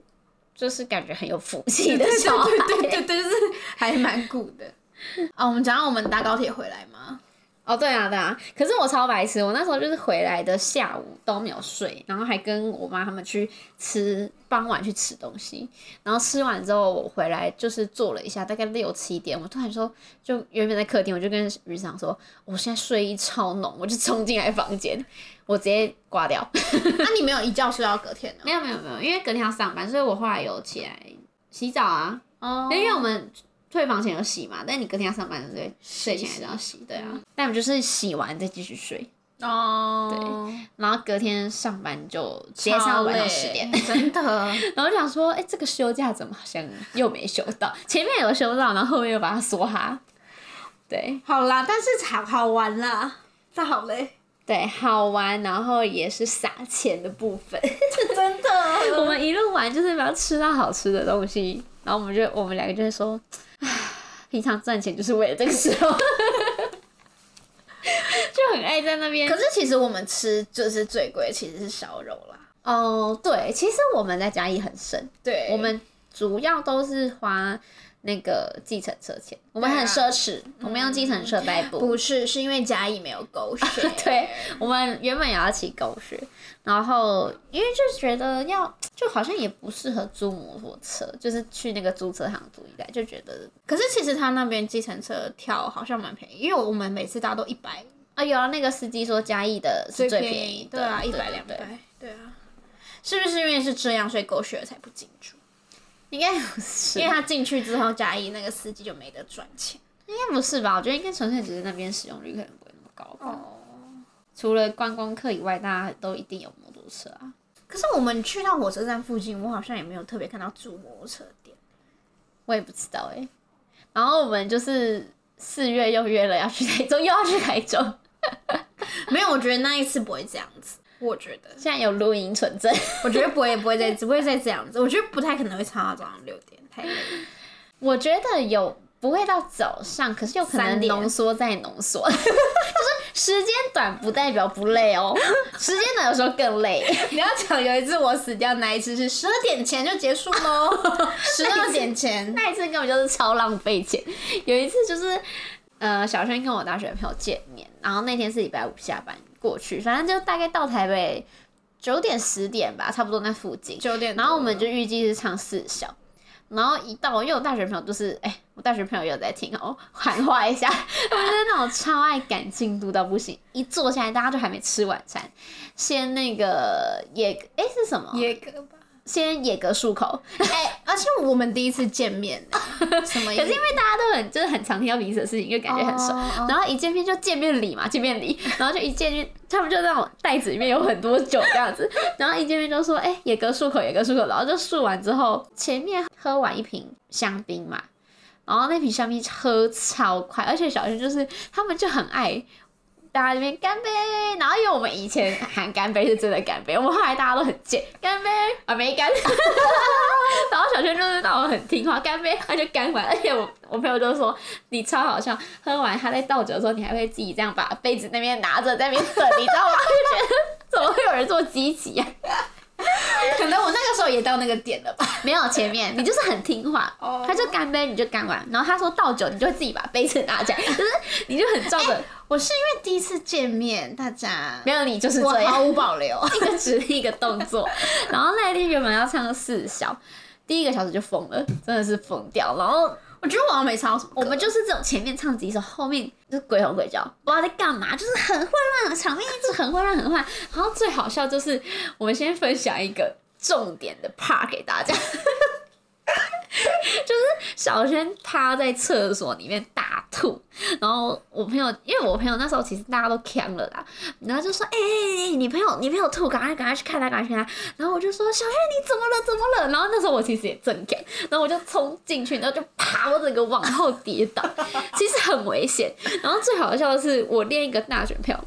A: 就是感觉很有福气的小孩。
B: 对对对对，就是还蛮古的。 啊，我们讲到我们搭高铁回来吗？
A: 哦，对啊，对啊。可是我超白痴，我那时候就是回来的下午都没有睡，然后还跟我妈他们去吃傍晚去吃东西，然后吃完之后我回来就是坐了一下，大概六七点，我突然说，就原本在客厅，我就跟于长说，我现在睡意超浓，我就冲进来房间，我直接挂掉。
B: 那、啊你没有一觉睡到隔天哦
A: 没
B: 的
A: 有没有没有，因为隔天要上班，所以我后来有起来洗澡啊，
B: 哦
A: 因为我们退房前有洗嘛，但你隔天要上班，所以睡前还是要洗，对啊。但我就是洗完再继续睡，
B: 哦，
A: 然后隔天上班就直接
B: 对
A: 上到晚上十点。
B: 真的。
A: 然后我想说，哎、这个休假怎么好像又没休到？ 前面有休到，然后后面又把它梭哈。对
B: 好啦，但是好好玩啦，这好累，
A: 对，好玩，然后也是撒钱的部分。
B: 真
A: 我
B: 的。
A: 们一路玩就是要吃到好吃的东西，然后我们就我们两个就会说， 唉平常赚钱就是为了这个时候， 就很爱在那边。
B: 可是其实我们吃就是最贵，其实是烧肉啦。
A: 哦，对，其实我们在家也很省，
B: 对，
A: 我们主要都是花那个计程车钱，我们
B: 对啊嗯
A: 很奢侈，我们用计程车代步。，
B: 不是是因为嘉义没有狗血
A: 对，我们原本也要骑狗血，然后因为就觉得要，就好像也不适合租摩托车，就是去那个租车行租一台，就觉得
B: 可是其实他那边计程车票好像蛮便宜，因为我们每次搭都一百，
A: 啊，有啊，那个司机说嘉义的是最便宜的，
B: 对啊，一百
A: 对
B: 两。
A: 对对
B: 百，对啊，是不是因为是这样，所以狗血才不进驻？
A: 应该不是，
B: 因
A: 应
B: 为他进去之后，嘉义那个司机就没得赚钱。
A: 该不是吧？我觉得应该纯粹只是那边使用率可能不会那么高吧。
B: 哦，
A: 除了观光客以外，大家都一定有摩托车啊。
B: 可是我们去到火车站附近，我好像也没有特别看到租摩托车的店。
A: 我也不知道哎、然后我们就是四月又约了要去台中，又要去台中，
B: 没有，我觉得那一次不会这样子。我觉得，
A: 现在有录音存证。
B: 我觉得不会，不会再，不会再这样子。我觉得不太可能会唱到早上六点，太累了。
A: 我觉得有不会到早上，可是有可
B: 三
A: 能
B: 点
A: 浓缩再浓缩， 就是时间短不代表不累哦，时间短有时候更累。
B: 你要讲有一次我死掉，哪一次是十二点前就结束喽？十二点 前，
A: 那一次根本就是超浪费钱。有一次就是，呃，小轩跟我大学朋友见面，然后那天是礼拜五下班过去，反正就大概到台北九点十点吧，差不多那附近。
B: 九点多
A: 然后我们就预计是唱四小，然后一到，因为我大学朋友就是，哎、我大学朋友也有在听哦， 喊话一下，他们就是那种超爱赶进度到不行，一坐下来大家就还没吃晚餐，先那个野，哎、是什么？
B: 野哥吧。
A: 先野格漱口，
B: 哦哎、而且我们第一次见 面呢，什么意思？
A: 可是因为大家都很就是很常听到彼此的事情，就感觉很熟。
B: 哦哦
A: 然后一见面就见面礼嘛，见面礼，然后就一见面，他们就那种袋子里面有很多酒这样子， 然后一见面就说，哎、野哥漱口，野哥漱口，然后就漱完之后，前面喝完一瓶香槟嘛，然后那瓶香槟喝超快，而且小轩就是他们就很爱。大家这边干杯，然后因为我们以前喊干杯是真的干杯，我们后来大家都很贱，干杯啊没干， 然后小轩就是那种很听话，干杯他就干完，而且我我朋友就说你超好笑，喝完他在倒酒的时候，你还会自己这样把杯子那边拿着在那边等，你知道吗？ 就觉得怎么会有人做积极啊？
B: 可能我那个时候也到那个点了吧。
A: 没有前面，你就是很听话
B: 哦
A: 他就干杯你就干完，然后他说倒酒，你就会自己把杯子拿起来，就是你就很照着，
B: 我是因为第一次见面，大家
A: 没有你就是
B: 我
A: 这样
B: 毫。无保 留。
A: 一个指令一个动作。然后那一天原本要唱四小，第一个小时就疯了，真的是疯掉。然后
B: 我觉得我好像没唱到什么歌，
A: 我们就是这种前面唱几首，后面就是鬼吼鬼叫，不知道在干嘛，就是很混乱的啊场面，一直很混乱很混乱。然后 最好笑就是，我们先分享一个重点的 part 给大家。小轩趴在厕所里面大吐，然后我朋友，因为我朋友那时候其实大家都呛了啦，然后就说：“哎、欸，你朋友，你朋友吐，赶快赶快去看他，赶快去看他。”然后我就说：“小轩，你怎么了？怎么了？”然后那时候我其实也正呛，然后我就冲进去，然后就啪，我整个往后跌倒，其实很危险。然后最好笑的是，我练一个大学朋友。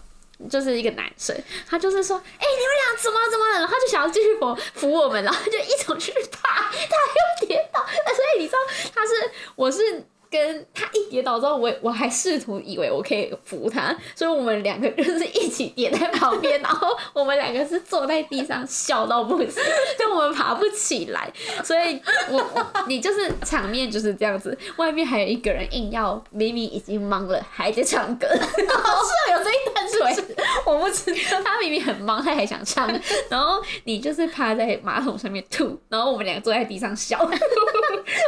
A: 就是一个男生，他就是说，哎、你们俩怎么了怎么了？然后他就想要继续扶扶我们，然后就一走去啪，他又跌倒。 那所以你知道，他是我是跟他一跌倒之后，我我还试图以为我可以扶他，所以我们两个就是一起跌在旁边，然后我们两个是坐在地上笑到不行，就我们爬不起来。所以我我你就是场面就是这样子，外面还有一个人硬要，明明已经忙了，还在唱歌。
B: 好像有这一段是不是？我不知道。
A: 他明明很忙，他还想唱，然后你就是趴在马桶上面吐，然后我们两个坐在地上笑，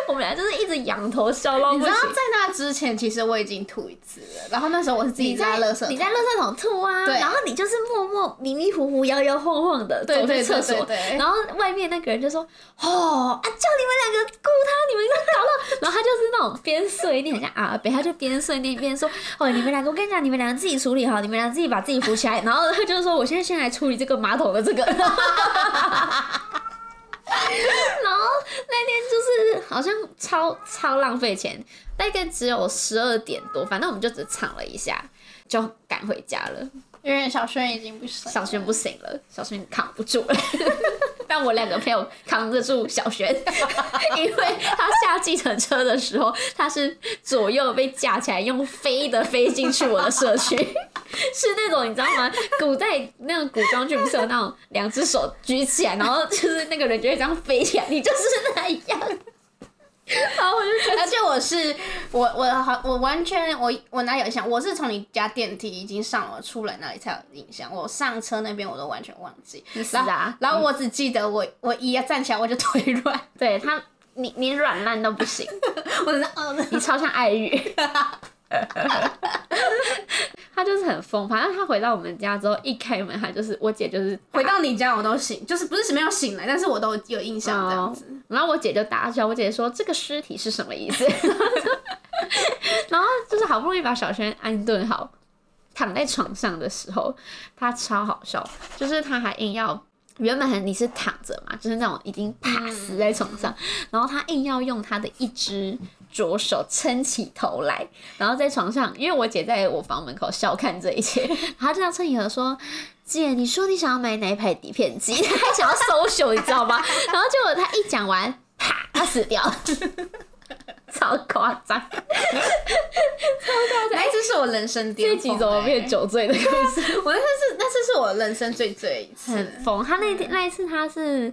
A: 我们俩就是一直仰头笑到
B: 你
A: 不
B: 知
A: 行
B: 道。在那之前，其实我已经吐一次了，然后那时候我是自己
A: 你在
B: 拉垃圾桶，
A: 你在垃圾桶吐啊，
B: 对
A: 然后你就是默默迷迷糊糊、摇摇晃晃的
B: 对
A: 走去
B: 对
A: 厕
B: 对
A: 所，
B: 对对
A: 然后外面那个人就说：“哦啊，叫你们两个顾他，你们在搞到。” 然后他就是那种边碎念，很像阿北，他就边碎念边说：“哦，你们两个，我跟你讲，你们两个自己处理好，你们俩自己把自己扶起来。”然后他就说：“我现在先来处理这个马桶的这个。” 然后那天就是好像超超浪费钱，大概只有十二点多，反正我们就只唱了一下，就赶回家了。
B: 因为小轩已经不行了，
A: 小轩不行了，小轩扛不住了， 但我两个朋友扛得住小轩， 因为他下计程车的时候，他是左右被架起来，用飞的飞进去我的社区， 是那种你知道吗？古代那种古装剧不是有那种两只手举起来，然后就是那个人就会这样飞起来，你就是那样。然后我就觉得
B: 而且我是我我好我完全我我哪有印象？我是从你家电梯已经上楼出来那里才有印象，我上车那边我都完全忘记。
A: 死
B: 然后
A: 啊
B: 然后我只记得我我一站起来我就腿软，
A: 对他，你你软烂到不行。
B: 我是嗯，
A: 你超像爱玉。他就是很疯，反正他回到我们家之后，一开门他就是我姐就是
B: 回到你家我都醒，就是不是没有醒来，但是我都有印象这样子。
A: 哦然后我姐就大笑，我姐说这个尸体是什么意思？ 然后就是好不容易把小轩安顿好，躺在床上的时候，他超好笑，就是他还硬要。原本很你是躺着嘛，就是那种已经趴死在床
B: 嗯
A: 上，然后他硬要用他的一只左手撑起头来，然后在床上，因为我姐在我房门口笑看这一切， 他就这样撑起头说：“姐，你说你想要买哪一排底片机？ 他还想要搜秀，你知道吗？ 然后结果他一讲完，啪，他死掉， 超夸张！
B: 那一次哎是我人生巅
A: 哎这
B: 峰、
A: 集怎么变
B: 欸？
A: 酒醉的故事？
B: 我那次是那次是我人生最醉一次。
A: 很疯。他那天那一次他是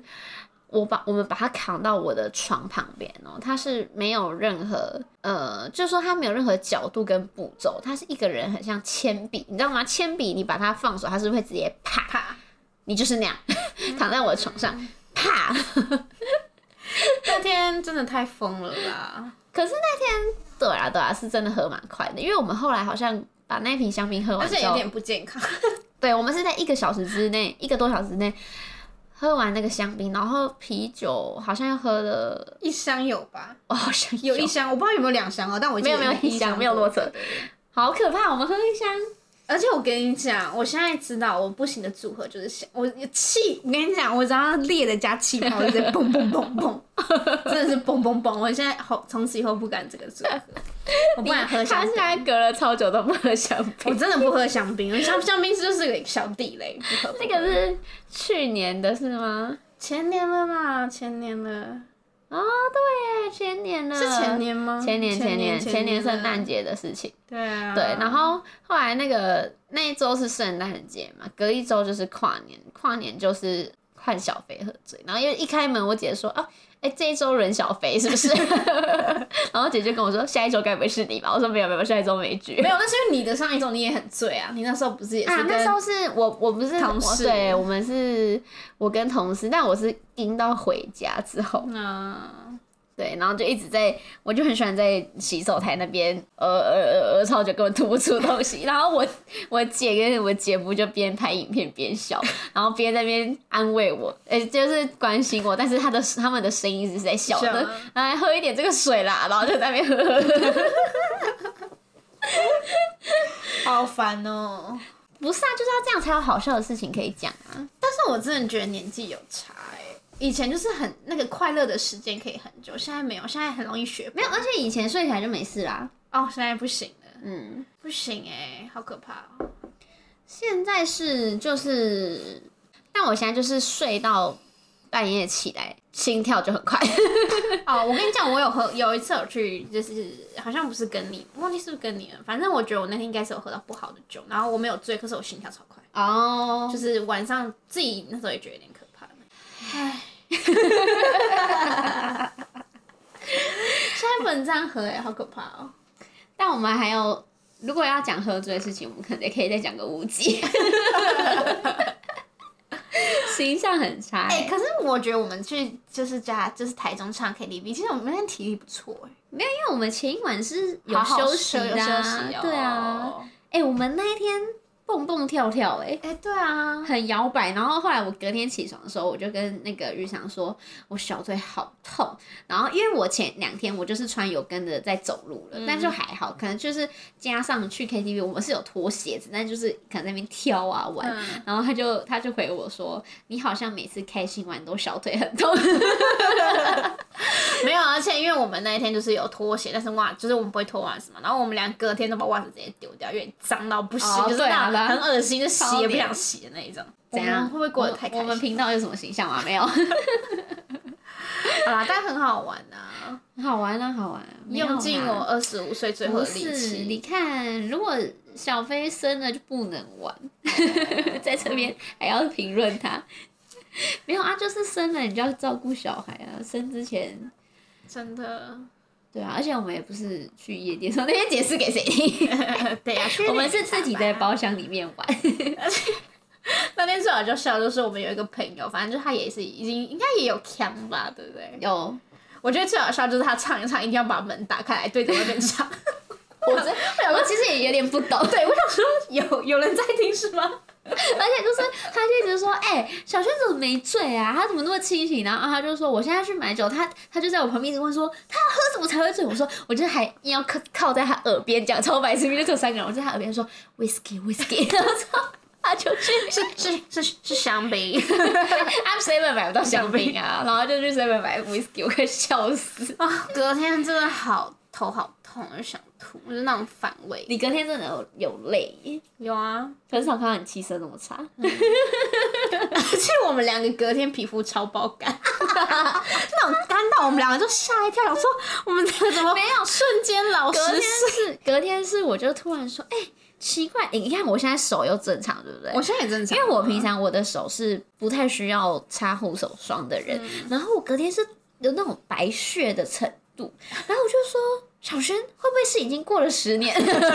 A: 我把我们把他扛到我的床旁边哦，他是没有任何呃，就是说他没有任何角度跟步骤，他是一个人很像铅笔，你知道吗？铅笔你把它放手，它是会直接啪，
B: 啪！
A: 你就是那样 躺在我的床上啪。
B: 那天真的太疯了啦！
A: 可是那天对啊对啊，是真的喝蛮快的，因为我们后来好像。把那瓶香槟喝
B: 而
A: 完之
B: 且有
A: 后，
B: 点不健康。
A: 对我们是在一个小时之内，一个多小时之内喝完那个香槟，然后啤酒好像又喝了
B: 一箱有吧？
A: 哦，好像
B: 有一箱，我不知道有没有两箱哦，但我记得
A: 没有没有一箱没有落车
B: 对对对
A: 好可怕，我们喝一箱。
B: 而且我跟你讲，我现在知道我不行的组合就是香，我气，我跟你讲，我只要烈的加气泡，我就直接蹦蹦 蹦蹦，真的是蹦蹦蹦。我现在好，从此以后不敢这个组合，我不敢喝香
A: 他现
B: 槟，
A: 在隔了超久都不喝香
B: 我
A: 槟，
B: 真的不喝香槟，香香槟就是个小地雷，不喝。
A: 那
B: 那
A: 个是去年的是吗？
B: 前年了嘛，前年了，
A: 哦，对耶，前年了，
B: 是前年吗？
A: 嗯前年，前年，前年啊圣诞
B: 节，
A: 节的事情。
B: 对啊，
A: 对，然后后来那个那一周是圣诞节嘛，隔一周就是跨年，跨年就是换小肥喝醉，然后因为一开门我姐说哦。哎、这一周人小肥是不 是？然后姐就跟我说，下一周该不会是你吧？我说没有没有，下一周没局。
B: 没有，那是因为你的上一周你也很醉啊，你那时候不是也是
A: 啊，
B: 跟
A: 那时候是我，我不是
B: 同
A: 我
B: 事
A: 对我们是我跟同事，但我是盯到回家之后，
B: 嗯，
A: 对，然后就一直在，我就很喜欢在洗手台那边，呃呃呃呃，超久根本吐不出东西。然后我我姐跟我姐夫就边拍影片边笑，然后边在那边安慰我，诶、就是关心我，但是他的他们的声音是在笑
B: 笑
A: 的，来喝一点这个水啦，然后就在那边喝 喝喝。
B: 好烦哦、
A: 不是啊，就是要这样才有好笑的事情可以讲啊。
B: 但是我真的觉得年纪有差哎、以前就是很那个快乐的时间可以很久，现在没有，现在很容易学
A: 没有，而且以前睡起来就没事啦。
B: 哦，现在不行了，
A: 嗯，
B: 不行哎、好可怕、哦。
A: 现在是就是，但我现在就是睡到半夜起来，心跳就很快。
B: 哦，我跟你讲，我有喝，有一次有去，就是好像不是跟你，忘记是不是跟你了，反正我觉得我那天应该是有喝到不好的酒，然后我没有醉，可是我心跳超快，
A: 哦
B: 就
A: 就是
B: 是晚上自己那时候也觉得有点可怕。唉， 现在不能这样喝哎、好可怕哦、
A: 但我们还有，如果要讲喝醉的事情，我们可能可以再讲个五集。 形象很差、
B: 哎、
A: 欸，
B: 可是我觉得我们去就是家就是台中唱 KTV，其实我们那天体力不错哎、
A: 因为我们前一晚是
B: 好
A: 有
B: 好
A: 休息
B: 有
A: 的、啊，
B: 休息哦
A: 对啊。，哎、我们那一天蹦蹦跳跳、欸，哎，
B: 哎、对啊，
A: 很摇摆。然后后来我隔天起床的时候，我就跟那个玉祥说，我小腿好痛。然后因为我前两天我就是穿有跟的在走路了，但
B: 嗯
A: 就还好，可能就是加上去 KTV，我们是有脱鞋子，但就是可能在那边跳啊玩。
B: 嗯
A: 然后他就他就回我说：“你好像每次开心完都小腿很痛。
B: 没有，而且因为我们那一天就是有拖鞋，但是袜就是我们不会脱袜子嘛，然后我们俩隔天都把袜子直接丢掉，因为脏到不行，
A: 哦
B: 就是
A: 对啊
B: 那
A: 对啊
B: 很恶心，就洗也不
A: 超
B: 想
A: 黏
B: 洗的那一种。”
A: 怎
B: 我
A: 样？
B: 们会不会过得太
A: 我
B: 开
A: 我们
B: 心？
A: 频道有什么形象吗？ 没有，
B: 好啦，但很好玩啊，
A: 好玩啊，好玩啊！没有啦
B: 用尽我二十五岁最后
A: 不
B: 的力
A: 是，你
B: 气。
A: 看，如果小飞生了就不能玩， 在这边还要评论他。 没有啊，就是生了你就要照顾小孩啊，生之前。
B: 真的，
A: 对啊，而且我们也不是去夜店， 说那些解释给谁听？
B: 对
A: 呃
B: 呀、
A: 啊我们是自己在包厢里面玩，
B: 那天最好就笑，就是我们有一个朋友，反正就他也是已经应该也有腔吧，对不对？
A: 有
B: 我觉得最好笑就是他唱一唱，一定要把门打开来对着外面唱。
A: 我真， 我其实也有点不懂，
B: 对，我想说 有有人在听是吗？
A: 而且就是他就一直说，哎、小轩怎么没醉啊？他怎么那么清醒？然后啊他就说，我现在去买酒，他他就在我旁边一直问说，他要喝什么才会醉？我说，我就还硬要靠靠在他耳边讲，超白痴，因为就只有三个人，我在他耳边说 whisky whisky，然后 说他就去
B: 是是是是香槟。
A: I'm seven 买不到香槟啊，然后就去 seven 买 whisky，我快笑死。
B: 啊，隔天真的好头好痛，就想吐，就是那种反胃。
A: 你隔天真的有有累耶，
B: 有啊，
A: 很少看到你气色那么差。
B: 而且我们两个隔天皮肤超爆干，那种干到我们两个就吓一跳，想说我们两个怎么没有瞬间老
A: 隔
B: 实
A: 天
B: 岁？
A: 是隔天是，我就突然说，哎、奇怪，你你看我现在手又正常，对不对？
B: 我现在也正常，
A: 因为我平常我的手是不太需要擦护手霜的人，
B: 嗯
A: 然后我隔天是有那种白屑的程度，然后我就说。小轩会不会是已经过了 十年？我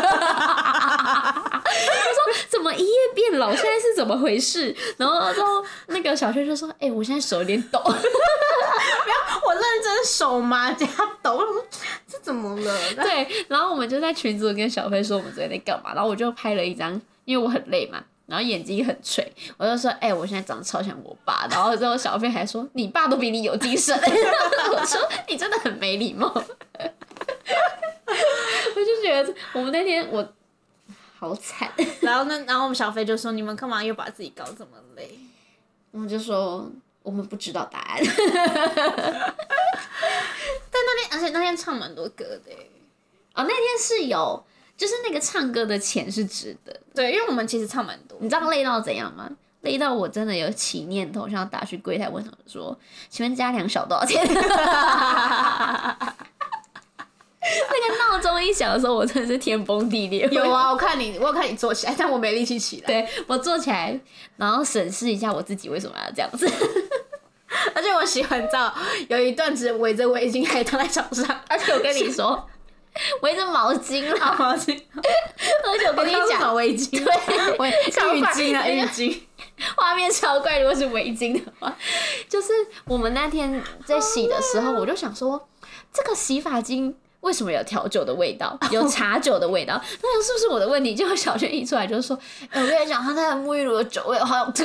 A: 说怎么一夜变老，现在是怎么回事？然后之后那个小轩就说：“哎、我现在手有点抖。
B: 我认真手 麻加抖，我想说这怎么了？”对，
A: 对，然后我们就在群组跟小飞说我们昨天在干嘛，然后我就拍了一张，因为我很累嘛，然后眼睛很垂，我就说：“哎、我现在长得超像我爸。”然后之后小飞还说：“你爸都比你有精神。” 我说：“你真的很没礼貌。” 我就觉得我们那天我好惨，
B: 然后呢，然后我们小飞就说：“你们干嘛又把自己搞这么累
A: 我们就说我们不知道答案。？”
B: 那天而且那天唱蛮多歌的耶，
A: 哦，那天是有，就是那个唱歌的钱是值得的。
B: 对，因为我们其实唱蛮多。
A: 你知道累到怎样吗？累到我真的有起念头，想要打去柜台问他们说：“请问加两小多少钱？” 那个闹钟一响的时候，我真的是天崩地裂。
B: 有，啊，我看你，我有看你坐起来，但我没力气起来。
A: 对我坐起来，然后审视一下我自己为什么要这样子。
B: 而且我洗完澡有一段只围着围巾，还躺在床 上，
A: 而且我跟你 说，围着毛巾啦，
B: 好毛巾。
A: 而且我
B: 我
A: 跟你
B: 跟你讲，
A: 讲，
B: 围巾，
A: 对
B: 围
A: 超
B: 浴
A: 快
B: 巾啊，浴巾。
A: 画面超怪， 如果是围巾的话，就是我们那天在洗的时候，我就想说，这个洗发精为什么有调酒的味道，有茶酒的味道？那是不是我的问题？结果小轩一出来就说：“哎我跟你讲，他那个沐浴乳的酒味，我好想吐。”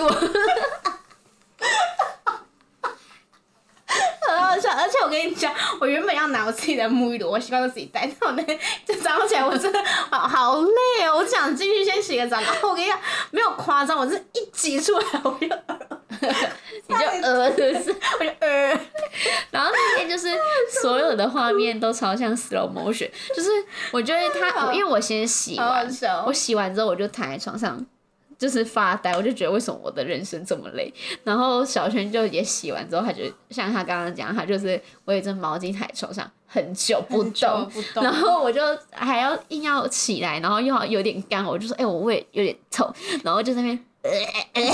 B: 很好笑，而且我跟你讲，我原本要拿我自己的沐浴乳，我习惯都自己带，但我那天就 哦早上起来，我真的好好累哦，我就想进去先洗个澡，然后我跟你讲，没有夸张，我是一挤出来我就
A: 你就呃，是不是？
B: 我就呃，
A: 然后那天就是所有的画面都超像 slow motion，就是我觉得他，我因为我先洗
B: 好呃好
A: 完，
B: 笑
A: 我。洗完之后我就躺在床上。就是发呆，我就觉得为什么我的人生这么累。然后小轩就也洗完之后，他就像他刚刚讲，他就是我有一只毛巾躺在床上很久不
B: 很久
A: 动，
B: 不动
A: 然后我就还要硬要起来，然后又好有点干，我就说哎、我胃有点痛， 然后就在那边。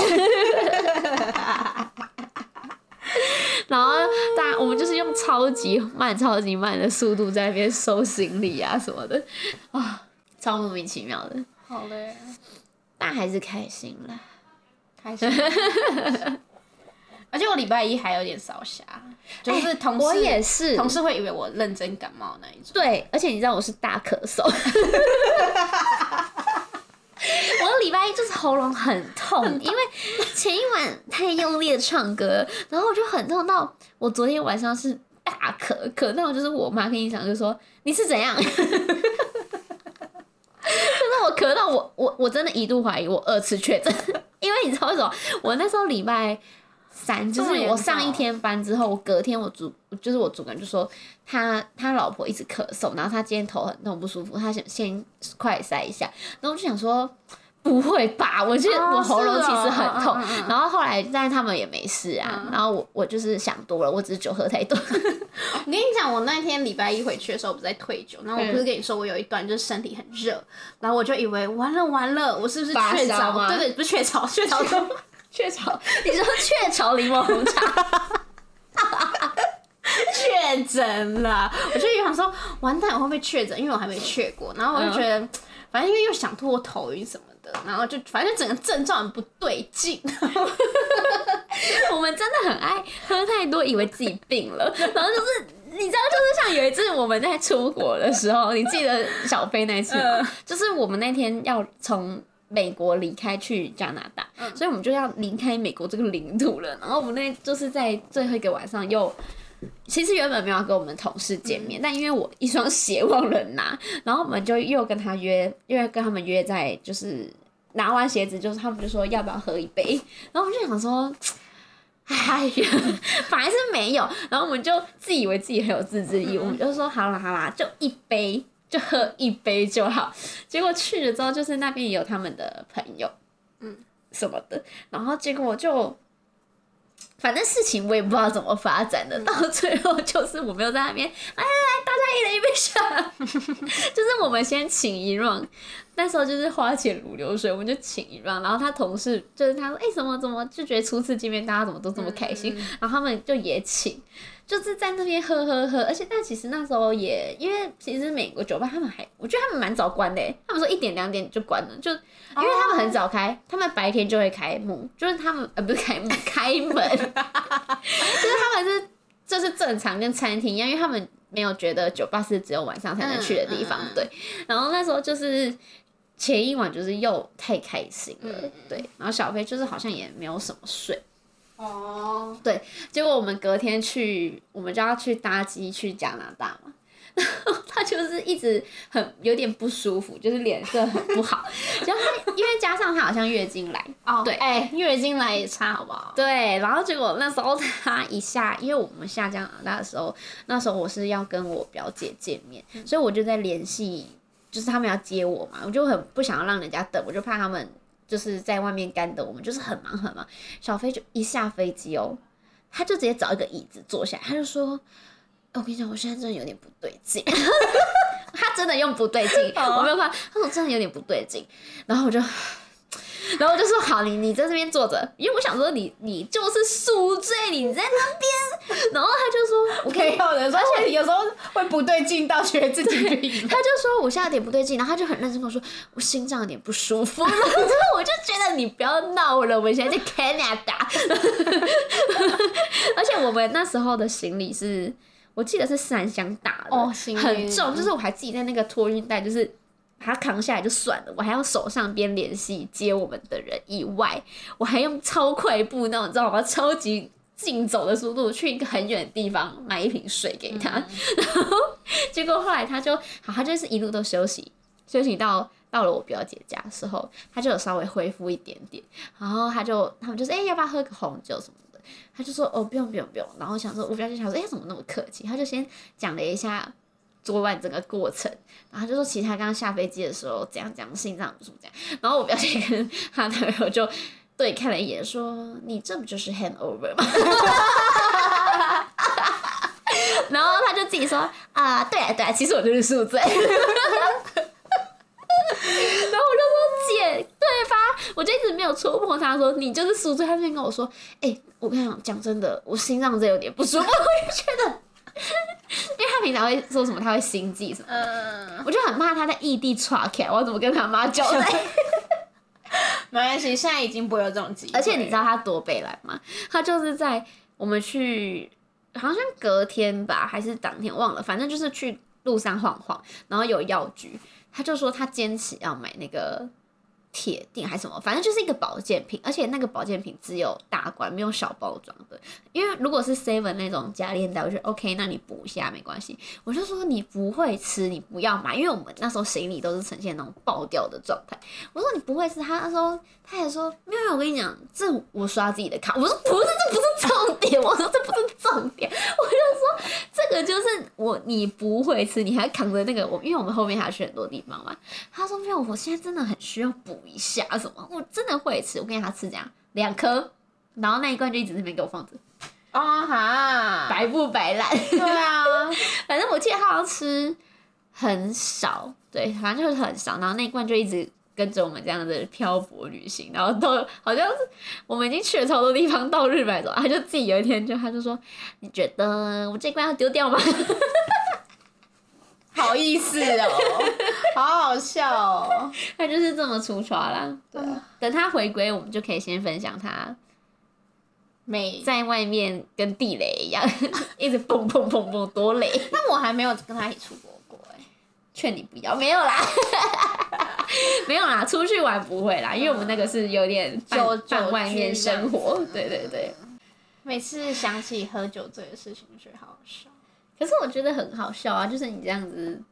A: 然后大家我们就是用超级慢、超级慢的速度在那边收行李啊什么的，啊，超莫名其妙的，
B: 好累，
A: 但还是开心啦。
B: 开心。呃 而且我礼拜一还有点烧瞎，就是同事、
A: 哎我也是，
B: 同事会以为我认真感冒那一种。
A: 对，而且你知道我是大咳 嗽，我礼拜一就是喉咙很痛，因为前一晚太用力的唱歌，然后我就很痛到我昨天晚上是大咳，咳到就是我妈跟医生就说你是怎样。 就是我咳到我我我真的一度怀疑我二次确诊， 因为你知道为什么？我那时候礼拜三，就
B: 这
A: 是
B: 么严
A: 我
B: 重啊
A: 上一天班之后，我隔天我主就是我主管就说他他老婆一直咳嗽，然后他今天头很痛不舒服，他想先快塞一下，然后我就想说。不会吧？我觉得
B: 哦
A: 我喉咙
B: 是哦
A: 其实很痛，
B: 嗯嗯嗯
A: 然后后来，但是他们也没事啊。
B: 嗯
A: 然后我我就是想多了，我只是酒喝太多。
B: 我跟你讲，我那天礼拜一回去的时候，我不是在退酒，然后我不是跟你说我有一段就是身体很热，然后我就以为完了完了，我是不是
A: 发
B: 雀
A: 烧吗
B: 巢？对对，不是雀巢， 雀巢都
A: 雀巢， 你说雀巢柠檬红茶？
B: 确诊了。我就想说，完蛋，我会不会确诊？因为我还没确过，然后我就觉得，反正因为又想吐、头晕什么的，然后就反正整个症状很不对劲。
A: 我们真的很爱喝太多，以为自己病了，然后就是。你知道，就是像有一次我们在出国的时候，你记得小飞那一次吗？就是我们那天要从美国离开去加拿大，所以我们就要离开美国这个领土了。然后我们那就是在最后一个晚上又，其实原本没有要跟我们同事见面，但因为我一双鞋忘了拿，然后我们就又跟他约，又跟他们约在就是拿完鞋子，就是他们就说要不要喝一杯，然后我们就想说。哎呀， 反而是没有。然后我们就自以为自己很有自制力，我们就说好啦好啦，就一杯，就喝一杯就好。结果去了之后，就是那边也有他们的朋友，
B: 嗯，
A: 什么的。然后结果就，反正事情我也不知道怎么发展的，到最后就是我们又在那边，哎来来来，大家一人一杯下， 就是我们先请一 round，那时候就是花钱如流水，我们就请一 round，然后他同事就是他说，哎、怎么怎么就觉得初次见面大家怎么都这么开心，然后他们就也请。就是在那边喝喝喝，而且但其实那时候也因为其实美国酒吧他们还，我觉得他们蛮早关的欸，他们说一点两点就关了，就因为他们很早开，他们白天就会开幕，就是他们呃不是开幕 开门，就是他们是就是正常跟餐厅一样，因为他们没有觉得酒吧是只有晚上才能去的地方，
B: 嗯嗯嗯
A: 对。然后那时候就是前一晚就是又太开心
B: 嗯
A: 了，对。然后小飞就是好像也没有什么睡，
B: 哦，
A: 结果我们隔天去，我们就要去搭机去加拿大嘛。 然后他就是一直很有点不舒服，就是脸色很不好。 然后他因为加上他好像月经来，
B: 哦，
A: 对
B: 哎、月经来也差好不好？
A: 对，然后结果那时候他一下，因为我们下加拿大的时候，那时候我是要跟我表姐见面，所以我就在联系，就是他们要接我嘛，我就很不想要让人家等，我就怕他们就是在外面干等我们，就是很忙很忙。小飞就一下飞机哦，他就直接找一个椅子坐下来，他就说：“哦我跟你讲，我现在真的有点不对劲。”他真的用不对劲，我没有办法。他说真的有点不对劲，然后我就，然后我就说好，你你在这边坐着，因为我想说你你就是宿醉，你在那边。然后他就说，我可以
B: 没有人说，而且有时候会不对劲到觉得自己病。
A: 他就说我现在有点不对劲，然后他就很认真跟我说我心脏有点不舒服， 然后之后我就觉得你不要闹了，我们现在在 Canada，而且我们那时候的行李是。我记得是三箱大的，
B: 哦行
A: 很
B: 运
A: 重，就是我还自己在那个托运袋，就是把它扛下来就算了，我还要手上边联系接我们的人以外，我还用超快步那种，你知道吗？超级竞走的速度去一个很远的地方买一瓶水给
B: 嗯
A: 他，结果后来他就好，他就是一路都休息，休息到到了我表姐家的时候，他就有稍微恢复一点点，然后他就他们就是哎、诶要不要喝个红酒什么的，他就说哦不用不用不用，然后想说我表姐想说哎、诶怎么那么客气，他就先讲了一下昨晚整个过程，然后他就说其实他刚刚下飞机的时候怎样怎样心脏不舒服怎样，然后我表姐跟她男朋友就。对，看了一眼，说：“你这不就是 handover 吗？”然后他就自己说：“啊、对啊，对啊，其实我就是宿醉。” 然后我就说姐，对吧？我就一直没有戳破他说你就是宿醉。他那边跟我说，哎、我跟你讲，讲真的，我心脏真有点不舒服， 我就觉得，因为他平常会说什么，他会心悸什么，
B: 嗯，
A: 我就很怕他在异地岔开，我要怎么跟他妈交代？
B: 没关系，现在已经不会有这种机会。
A: 而且你知道他多北来吗？他就是在我们去，好像隔天吧，还是当天忘了，反正就是去路上晃晃，然后有药局，他就说他坚持要买那个铁锭还是什么，反正就是一个保健品，而且那个保健品只有大罐，没有小包装的。因为如果是 seven 那种加链袋，我觉得 OK，那你补一下没关系。我就说你不会吃，你不要买，因为我们那时候行李都是呈现那种爆掉的状态。我说你不会吃，他他说他还说没有，没有我跟你讲，这我刷自己的卡。我说不是，这不是重点。 我说这不是重点，我就说这个就是我你不会吃，你还扛着那个我，因为我们后面还要去很多地方嘛。他说没有，我现在真的很需要补一下什么，我真的会吃。我跟你讲，他吃这样两颗，然后那一罐就一直在那边给我放着，
B: 哦哈，
A: 白不白烂？
B: 对啊，
A: 反正我记得他好像吃很少，对，反正就是很少。然后那一罐就一直跟着我们这样的漂泊旅行，然后到好像是我们已经去了超多地方，到日本走，他就自己有一天就他就说：“你觉得我这罐要丢掉吗？”
B: 好意思哦，好好笑哦。
A: 他就是这么出刷啦。
B: 对啊，
A: 等他回归，我们就可以先分享他
B: 美。
A: 在外面跟地雷一样， 一直蹦蹦蹦蹦多雷。
B: 那我还没有跟他一起出国过哎。
A: 劝你不要，没有啦， 没有啦，出去玩不会啦，因为我们那个是有点
B: 久
A: 半
B: 久
A: 半外面
B: 居这样
A: 生活
B: 子，
A: 对对对。
B: 每次想起喝酒醉的事情，就觉得好好笑。
A: 可是我觉得很好笑啊，就是你这样子，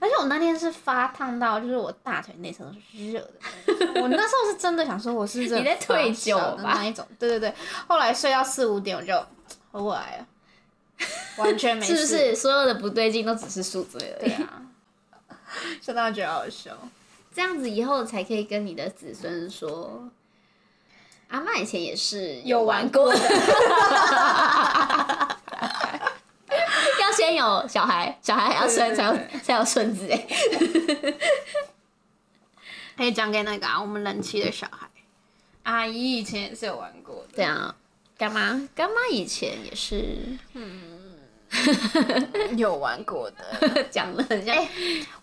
B: 而且我那天是发烫到，就是我大腿内侧都是热的。我那时候是真的想说，我是真的
A: 你在退酒吧
B: 发烧的那一种。对对对，后来睡到四五点我就合过来了，完全没
A: 是
B: 事。
A: 不 是所有的不对劲都只是宿醉而
B: 对
A: 已？
B: 啊， 真的觉得好笑。
A: 这样子以后才可以跟你的子孙说，阿妈以前也是玩过的。 要先有小孩，小孩还要生，
B: 对对
A: 才
B: 对
A: 有才有孙子哎、
B: 可以讲给那个、啊、我们人妻的小孩，阿姨以前也是有玩过的。
A: 对，啊，干妈干妈以前也是
B: 有玩过的。
A: 讲的很像，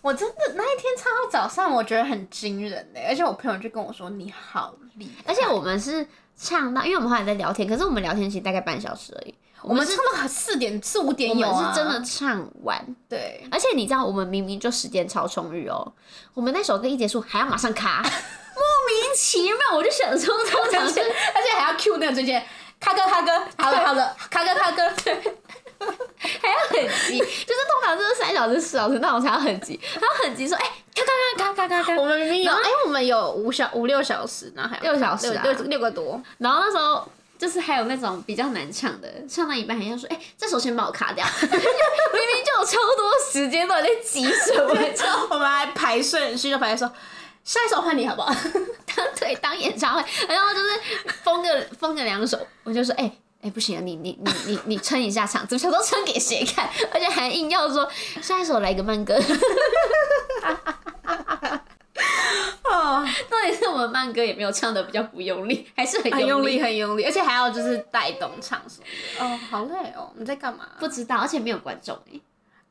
B: 我真的那一天唱到早上，我觉得很惊人呢、欸而且我朋友就跟我说你好厉害，
A: 而且我们是唱到，因为我们后来在聊天，可是我们聊天其实大概半小时而已，我
B: 我们
A: 是
B: 唱到四点四五点
A: 我
B: 有、
A: 们
B: 啊、
A: 是真的唱完，
B: 对，
A: 而且你知道我们明明就时间超充裕哦，我们那首歌一结束还要马上卡，莫 名其妙，我就想说通常
B: 而 且
A: 是
B: 而且还要 Q 那个最近咔哥咔哥，好了好了，咔哥咔哥， 对，
A: 还要很急，就是通常就是三小时四小时那种才要很急，还要很急说哎咔咔咔咔咔咔 咔，
B: 我们明明有
A: 然
B: 哎
A: 后、
B: 我们有五小五六小时，然后还有
A: 六小时啊
B: 六六六个 多，
A: 然后那时候。就是还有那种比较难唱的，唱到一半还要说：“哎、这首先把我卡掉。” 明明就有超多时间，到底在急什么？你知道吗
B: 我们还排顺序就排说。下一首换你好不好？
A: 对，当演唱会，然后就是封个封个两手，我就说，哎、哎、不行啊，你你你你你撑一下场子，想说撑给谁看？而且还硬要说下一首来个慢歌，
B: 哦，
A: 到底是我们慢歌也没有唱的比较不用力，还是很
B: 很
A: 用
B: 啊用力，很用力，而且还要就是带动唱什么的。哦，好累哦，你在干嘛？
A: 不知道，而且没有观众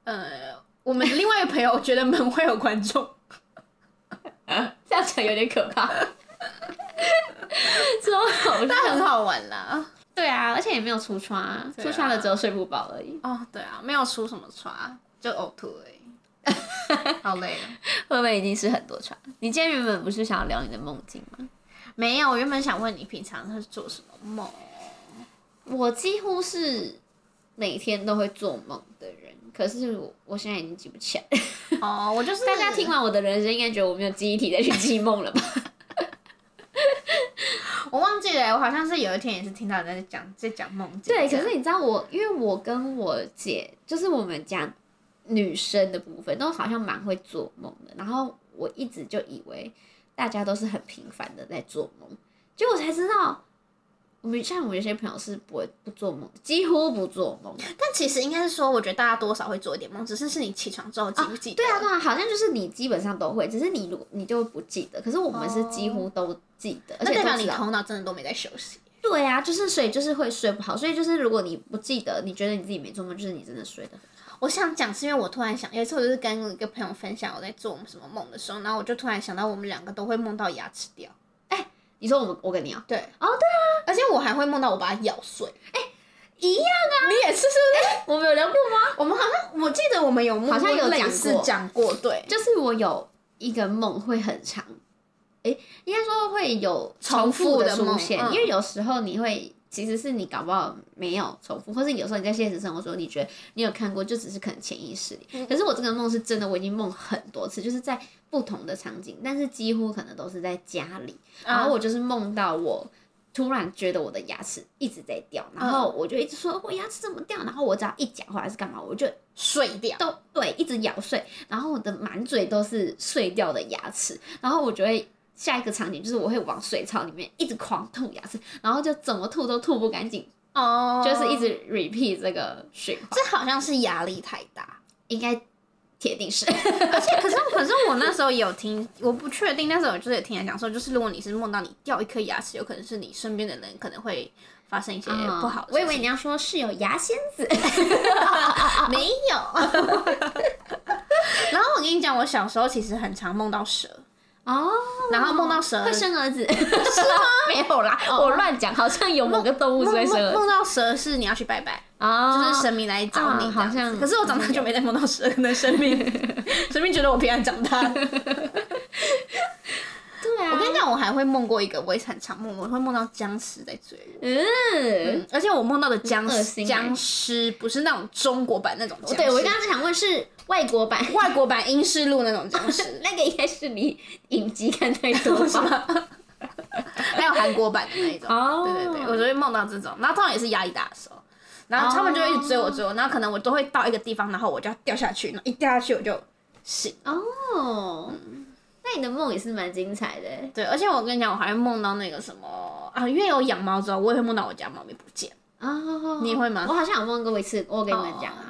A: 哎、
B: 呃，我们另外一个朋友觉得门会有观众，
A: 这 样讲有点可怕，超好笑，
B: 但很好玩啦。
A: 对啊，而且也没有出窗啊，
B: 对啊
A: 出窗了只有睡不饱而已，
B: 哦，对啊，没有出什么差，就呕吐而已。 好累了。
A: 会不会已经是很多床？你今天原本不是想要聊你的梦境吗？
B: 没有，我原本想问你平常是做什么 梦。
A: 我几乎是每天都会做梦的人，可是我我现在已经记不起来。
B: 哦，我就是
A: 大家听，完我的人生，应该觉得我没有记忆体再去记梦了吧？
B: 我忘记了，我好像是有一天也是听到你在讲在讲梦境。
A: 对，可是你知道我，因为我跟我姐，就是我们家女生的部分，都好像蛮会做梦的。然后我一直就以为大家都是很频繁的在做梦，结果我才知道，我们像我们有些朋友是不会不做梦，几乎不做梦。
B: 但其实应该是说，我觉得大家多少会做一点梦，只是是你起床之后记不记得？
A: 对啊，对啊，好像就是你基本上都会，只是你如你就不记得。可是我们是几乎都记得，而
B: 哦那
A: 且
B: 代表
A: 都
B: 你
A: 知道
B: 头脑真的都没在休息。
A: 对啊，就是所以就是会睡不好，所以就是如果你不记得，你觉得你自己没做梦，就是你真的睡得很
B: 我想讲是因为我突然想，有一次我就是跟一个朋友分享我在做什么梦的时候，然后我就突然想到我们两个都会梦到牙齿掉。
A: 你说我们我跟你啊，
B: 对，哦，对啊，而且我还会梦到我把它咬碎。哎、
A: 一
B: 样啊，你也是是不是？
A: 我们有聊过吗？
B: 我们好像我记得我们有梦过
A: 好像有
B: 类
A: 讲
B: 似
A: 过
B: 讲过，对，
A: 就是我有一个梦会很长，诶，应该说会有
B: 重复
A: 复
B: 的
A: 出
B: 梦
A: 现，
B: 嗯
A: 因为有时候你会。其实是你搞不好没有重复，或是有时候你在现实生活中你觉得你有看过，就只是可能潜意识里。可是我这个梦是真的，我已经梦很多次，就是在不同的场景，但是几乎可能都是在家里。
B: 嗯
A: 然后我就是梦到我突然觉得我的牙齿一直在掉，然后我就一直说我牙齿怎么掉，然后我只要一讲话还是干嘛，我就
B: 碎掉。
A: 都对，一直咬碎，然后我的满嘴都是碎掉的牙齿，然后我就会下一个场景就是我会往水槽里面一直狂吐牙齿，然后就怎么吐都吐不干净，
B: 哦
A: 就是一直 repeat 这个循环，
B: 这好像是压力太大。
A: 应该铁定是
B: 而且可是可是我那时候有听，我不确定，但是我就是有听人讲说，就是如果你是梦到你掉一颗牙齿，有可能是你身边的人可能会发生一些不好的
A: 啊我以
B: 事情。
A: 为你要说是有牙仙子，
B: 没有。 然后我跟你讲，我小时候其实很常梦到蛇，
A: 哦，
B: 然后梦到蛇
A: 会生儿子是吗？ 没有啦，
B: 哦
A: 我乱讲，好像有某个动物是会
B: 梦
A: 生儿
B: 梦
A: 子
B: 梦到蛇是你要去拜拜，
A: 啊，
B: 就是神明来找你
A: 啊
B: 这样
A: 好
B: 子、
A: 像
B: 可是我长大就没再梦到蛇，可能神 明神明觉得我平安长大。我
A: 对啊，
B: 跟你讲，我还会梦过一个，我也很常梦，我会梦到僵尸在追我。
A: 嗯，
B: 而且我梦到的僵
A: 很恶心
B: 尸，
A: 欸
B: 僵尸不是那种中国版那种僵尸，
A: 对我刚刚想问是外国版。
B: 外国版英式路那种僵 尸，
A: 那个应该是你影集看太 多
B: 是
A: 吧？
B: 吗？ 还有韩国版的那一种，
A: 哦
B: 对对对，我就会梦到这种，然后通常也是压力大的时候，然后他们就会一直追我追我，然后可能我都会到一个地方，然后我就要掉下去，然后一掉下去我就醒。
A: 哦，那你的梦也是蛮精彩的欸
B: 对，而且我跟你讲，我还会梦到那个什么啊，因为有养猫之后，我也会梦到我家猫咪不见。
A: 哦。
B: 你会吗
A: 我好像有梦过一次，我跟你们讲啊。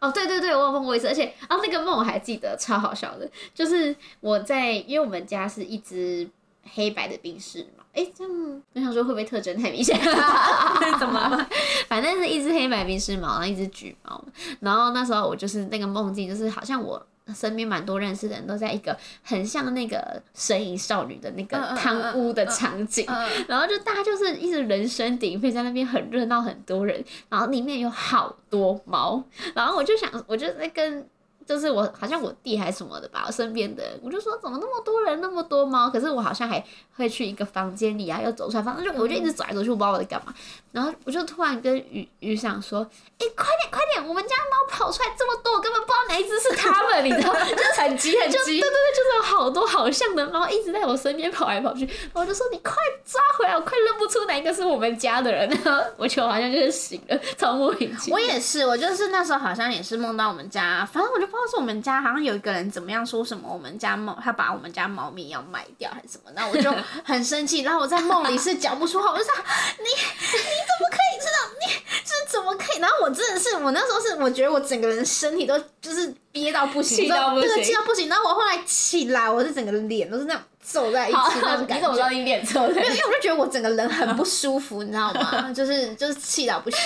A: 哦，对对对，我有梦过一次，而且啊，那个梦我还记得，超好笑的，就是我在，因为我们家是一只黑白的冰室嘛，哎，这样我想说会不会特征太明显？ 怎么了？ 反正是一只黑白冰室猫，然后一只橘猫，然后那时候我就是那个梦境，就是好像我身边蛮多认识的人都在一个很像那个神隐少女的那个
B: 嗯嗯嗯
A: 贪污的
B: 嗯嗯
A: 场景，
B: 嗯，
A: 然后就大家就是一直人声鼎沸，在那边很热闹，很多人，然后里面有好多猫，然后我就想，我就在跟。就是我好像我弟还是什么的吧，我身边的人我就说怎么那么多人那么多猫，可是我好像还会去一个房间里啊，又走出来，反正就我就一直走来走去，我不知道我在干嘛。然后我就突然跟雨雨想说，哎、快点快点，我们家猫跑出来这么多，我根本不知道哪一只是它们，你知道吗？
B: 就是很急很
A: 就对对对，就是有好多好像的猫一直在我身边跑来跑去，然后我就说你快抓回来，我快认不出哪一个是我们家的人 了。我觉得我好像就是醒了，超莫名其妙。
B: 我也是，我就是那时候好像也是梦到我们家，反正我就不知道是我们家好像有一个人怎么样说什么我们家猫，他把我们家猫咪要卖掉还是什么，然后我就很生气，然后我在梦里是讲不出话，我就说你 你怎么可以知道你这怎么可以？然后我真的是我那时候是我觉得我整个人身体都就是憋到不行，
A: 气到不行
B: 对气到不行。然后我后来起来，我是整个脸都是那种皱在一起
A: 好，
B: 那种
A: 你
B: 感
A: 怎么知
B: 觉
A: 道。你脸臭的
B: 没？有，因为我就觉得我整个人很不舒服，你知道吗？就是就是气到不行。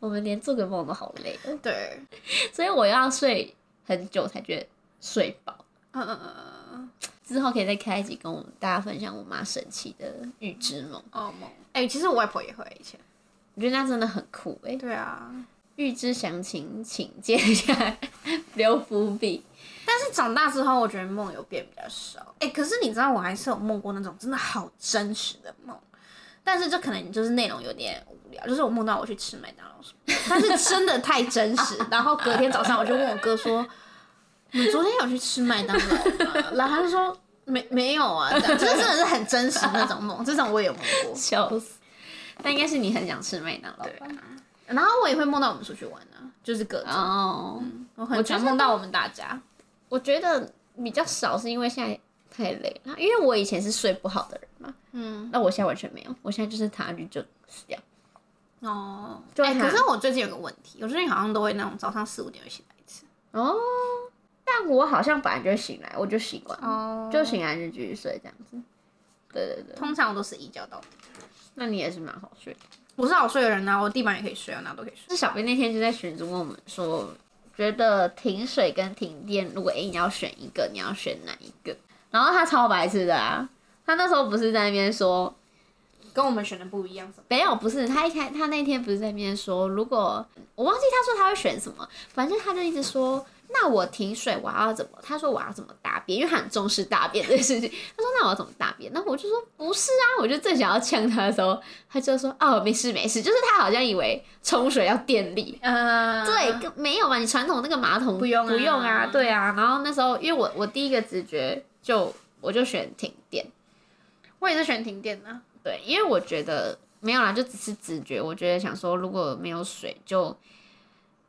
A: 我们连做个梦都好累哦，
B: 对，
A: 所以我要睡很久才觉得睡饱。
B: 嗯嗯嗯嗯嗯。
A: 之后可以再开一集跟我们大家分享我妈神奇的预知梦，
B: 哦梦。哎、其实我外婆也会以前。
A: 我觉得那真的很酷哎、
B: 对啊，
A: 预知详情请见一下 留伏笔。
B: 但是长大之后，我觉得梦有变比较少。哎、可是你知道，我还是有梦过那种真的好真实的梦，但是这可能就是内容有点无聊，就是我梦到我去吃麦当劳什么的，但是真的太真实。然后隔天早上我就问我哥说：“你昨天有去吃麦当劳吗？”然后他就说：“没没有啊。”这样这真的是很真实那种梦，这种我也有梦过。
A: 笑死！但应该是你很想吃麦当劳
B: 对
A: 吧？
B: 然后我也会梦到我们出去玩啊，就是各种，
A: 哦、
B: 我
A: 我
B: 很
A: 觉
B: 常
A: 得
B: 梦到我们大家。
A: 我觉得比较少是因为现在太累了，因为我以前是睡不好的人嘛，
B: 嗯，
A: 那我现在完全没有，我现在就是躺下去就死掉。
B: 哦，
A: 就
B: 哎、
A: 还
B: 可是我最近有个问题，我最近好像都会那种早上四五点就醒来一次。
A: 哦，但我好像本来就醒来，我就习惯了，
B: 哦
A: 就。醒来就继续睡这样子。对对对，
B: 通常我都是一觉到底，
A: 那你也是蛮好睡的。
B: 我是好睡的人呐、我地板也可以睡啊，哪都可以睡。
A: 是小编那天就在群组问我们说，觉得停水跟停电，如果 A 你要选一个，你要选哪一个？然后他超白痴的啊，他那时候不是在那边说，
B: 跟我们选的不一样，什么？
A: 没有，不是他一开他那天不是在那边说，如果我忘记他说他会选什么，反正他就一直说，那我停水我要怎么？他说我要怎么大便，因为他很重视大便这件事情。他说那我要怎么大便？那我就说不是啊，我就正想要呛他的时候，他就说哦没事没事，就是他好像以为冲水要电力，
B: 呃，
A: 对，跟没有嘛，你传统那个马桶
B: 不用啊
A: 不用啊，对啊。然后那时候因为我我第一个直觉就我就选停电，
B: 我也是选停电啊呐、
A: 对，因为我觉得没有啦，就只是直觉。我觉得想说如果没有水就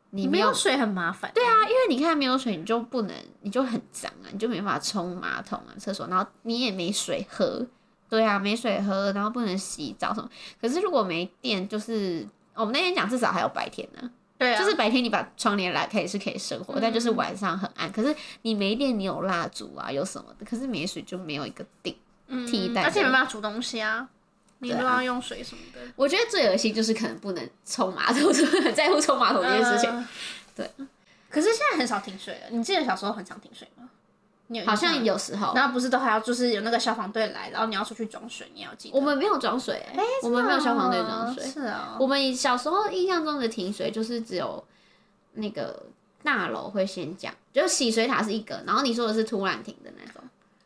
A: 你
B: 没
A: 没有
B: 有睡很麻烦。对
A: 对，啊，因为你看没有水你就不能，你就很脏啊，你就没办法冲马桶啊、厕所，然后你也没水喝，对啊，没水喝，然后不能洗澡什么。可是如果没电，就是我们那天讲至少还有白天呢、
B: 对啊，嗯
A: 就是白天你把窗帘拉开也是可以生活，但就是晚上很暗。可是你没电，你有蜡烛啊，有什么的，可是没水就没有一个顶。替代
B: 嗯而且
A: 的
B: 没办法煮东西啊，你都要用水什么的。
A: 我觉得最恶心就是可能不能冲马桶，就是很在乎冲马桶这件事情，
B: 呃对。可是现在很少停水了，你记得小时候很常停水吗？你有
A: 好
B: 印象
A: 像
B: 吗。
A: 有时候
B: 然后不是都还要就是有那个消防队来，然后你要出去装水，你也要记得。
A: 我们没有装水、
B: 哎
A: 欸，我们没有消防队装水。
B: 哦是啊、
A: 我们小时候印象中的停水就是只有那个大楼会先降，就是洗水塔是一个，然后你说的是突然停的那种。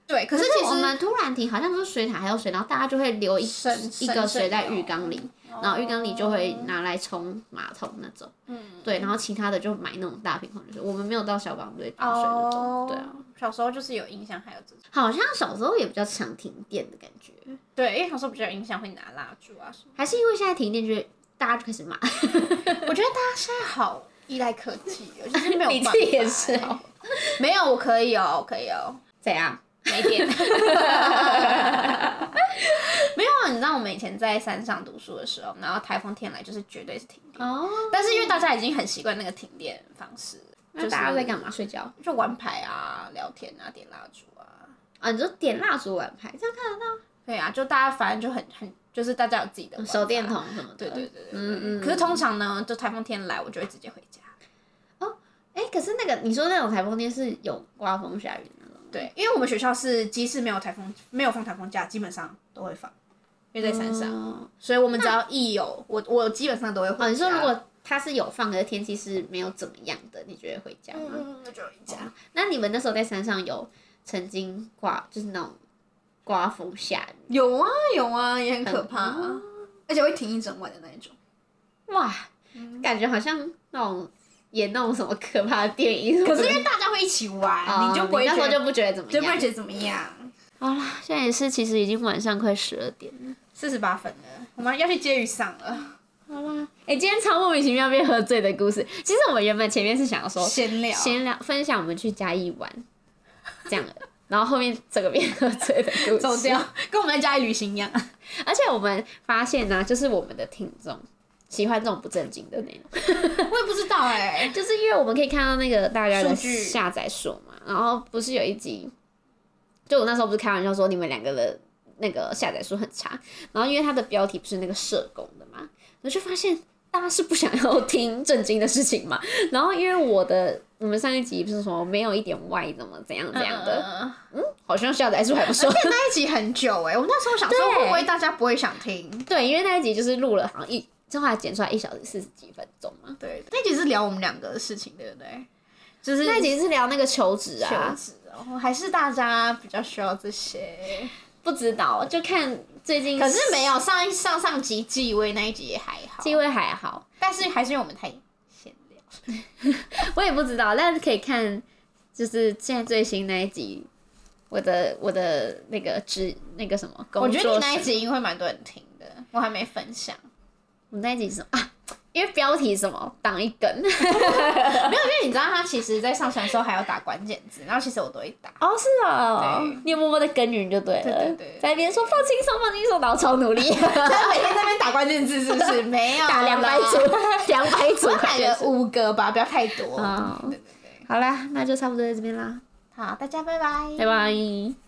B: 对，可
A: 可
B: 是
A: 是
B: 其实
A: 我们突然停，好像说水塔还有水，然后大家就会留一
B: 省
A: 一
B: 省
A: 个水
B: 水
A: 在
B: 流
A: 浴缸里，然后浴缸里就会拿来冲马桶那种。
B: 嗯
A: 对，然后其他的就买那种大瓶矿泉水。我们没有到消防队装水那种。
B: 哦，
A: 对啊，，
B: 小时候就是有印象，还有这种，
A: 好像小时候也比较常停电的感觉，
B: 对，因为小时候比较有印象会拿蜡烛 啊什么。
A: 还是因为现在停电就会大家就开始骂。
B: 我觉得大家现在好依赖科技哦，就是没有
A: 你
B: 办
A: 自
B: 法
A: 己也是哦，
B: 没有我可以哦，我可以哦，
A: 怎样？
B: 没电。 没有啊，你知道我们以前在山上读书的时候，然后台风天来就是绝对是停电，
A: 哦，
B: 但是因为大家已经很习惯那个停电方式，就
A: 那
B: 是
A: 大家在干嘛？睡觉
B: 就玩牌啊、聊天啊、点蜡烛啊，
A: 啊？你就点蜡烛玩牌，这样看得
B: 对啊，就大家反正就很很就是大家有自己的玩
A: 到嗯
B: 法
A: 手电筒什么的。
B: 对对对对，
A: 嗯
B: 嗯
A: 嗯
B: 嗯。可是通常呢，就台风天来，我就会直接回家。
A: 哎、可是那个你说那种台风天是有刮风下雨的那种，
B: 对，因为我们学校是，即使没有台风，没有放台风假，基本上都会放，因为在山上，
A: 哦
B: 所以我们只要一有我，我基本上都会回家。
A: 哦，你说如果它是有放，可是天气是没有怎么样的，你觉得回家吗？
B: 嗯，那就回家。
A: 那你们那时候在山上有曾经刮，就是那种刮风下雨？
B: 有啊有啊，也很可怕、
A: 嗯
B: 而且会停一整晚的那一种。
A: 哇，感觉好像那种演那种什么可怕的电影。
B: 可是因为大家会一起玩，
A: 哦
B: 你就不会
A: 那
B: 觉
A: 时候
B: 得
A: 就不觉得怎么
B: 就不会
A: 样。
B: 觉得怎么样。
A: 好啦，啊现在也是，其实已经晚上快十二点了。
B: 四十八分了，我们要去接雨伞了，
A: 好啦，哎、今天超莫名其妙被喝醉的故事。其实我们原本前面是想要说
B: 闲聊。
A: 闲聊分享我们去嘉义玩，这样，然后后面这个变喝醉的故事
B: 走掉，跟 我们在家里旅行一样。
A: 而且我们发现呢、就是我们的听众喜欢这种不正经的内容，
B: 我也不知道哎、
A: 就是因为我们可以看到那个大家的
B: 数据
A: 下载数嘛，然后不是有一集，就我那时候不是开玩笑说你们两个的那个下载数很差，然后因为它的标题不是那个社工的嘛，我就发现大家是不想要听震惊的事情嘛。 然后因为我的我们上一集不是说没有一点歪怎么怎样怎样的，
B: 嗯
A: 好像下载数还不 错
B: 而。且那一集很久哎、我那时候想说
A: 对
B: 会不会大家不会想听？
A: 对，因为那一集就是录了好像一，最后还剪出来一小时四十几分钟嘛。
B: 对，那集是聊我们两个的事情，对不对？
A: 就是那一集是聊那个求职啊
B: 求，职哦，还是大家比较需要这些？
A: 不知道就看最近，
B: 可是没有上一上上集纪委那一集也还好，
A: 机会还好，
B: 但是还是因为我们太闲聊。
A: 我也不知道，但是可以看就是现在最新那一集。我的我的那个职那个什么工作
B: 我觉得你那
A: 室
B: 一集应该会蛮多人听的，我还没分享。
A: 我们那一集是什么啊？因为标题是什么挡一根
B: 没有，因为你知道他其实在上传的时候还要打关键字，然后其实我都会 打。
A: 哦，是哦
B: 对
A: 你有默默的耕耘就对了，
B: 对对对
A: 在那边说放轻松放轻松，然后超 努力，
B: 他每天在那边打关键字是不 是？没有啦，
A: 打两百 组，两百组
B: 我
A: 感
B: 买
A: 觉
B: 了五个吧，不要太多。
A: 哦
B: 对对对，
A: 好啦，那就差不多在这边啦，
B: 好，大家拜拜，
A: 拜拜。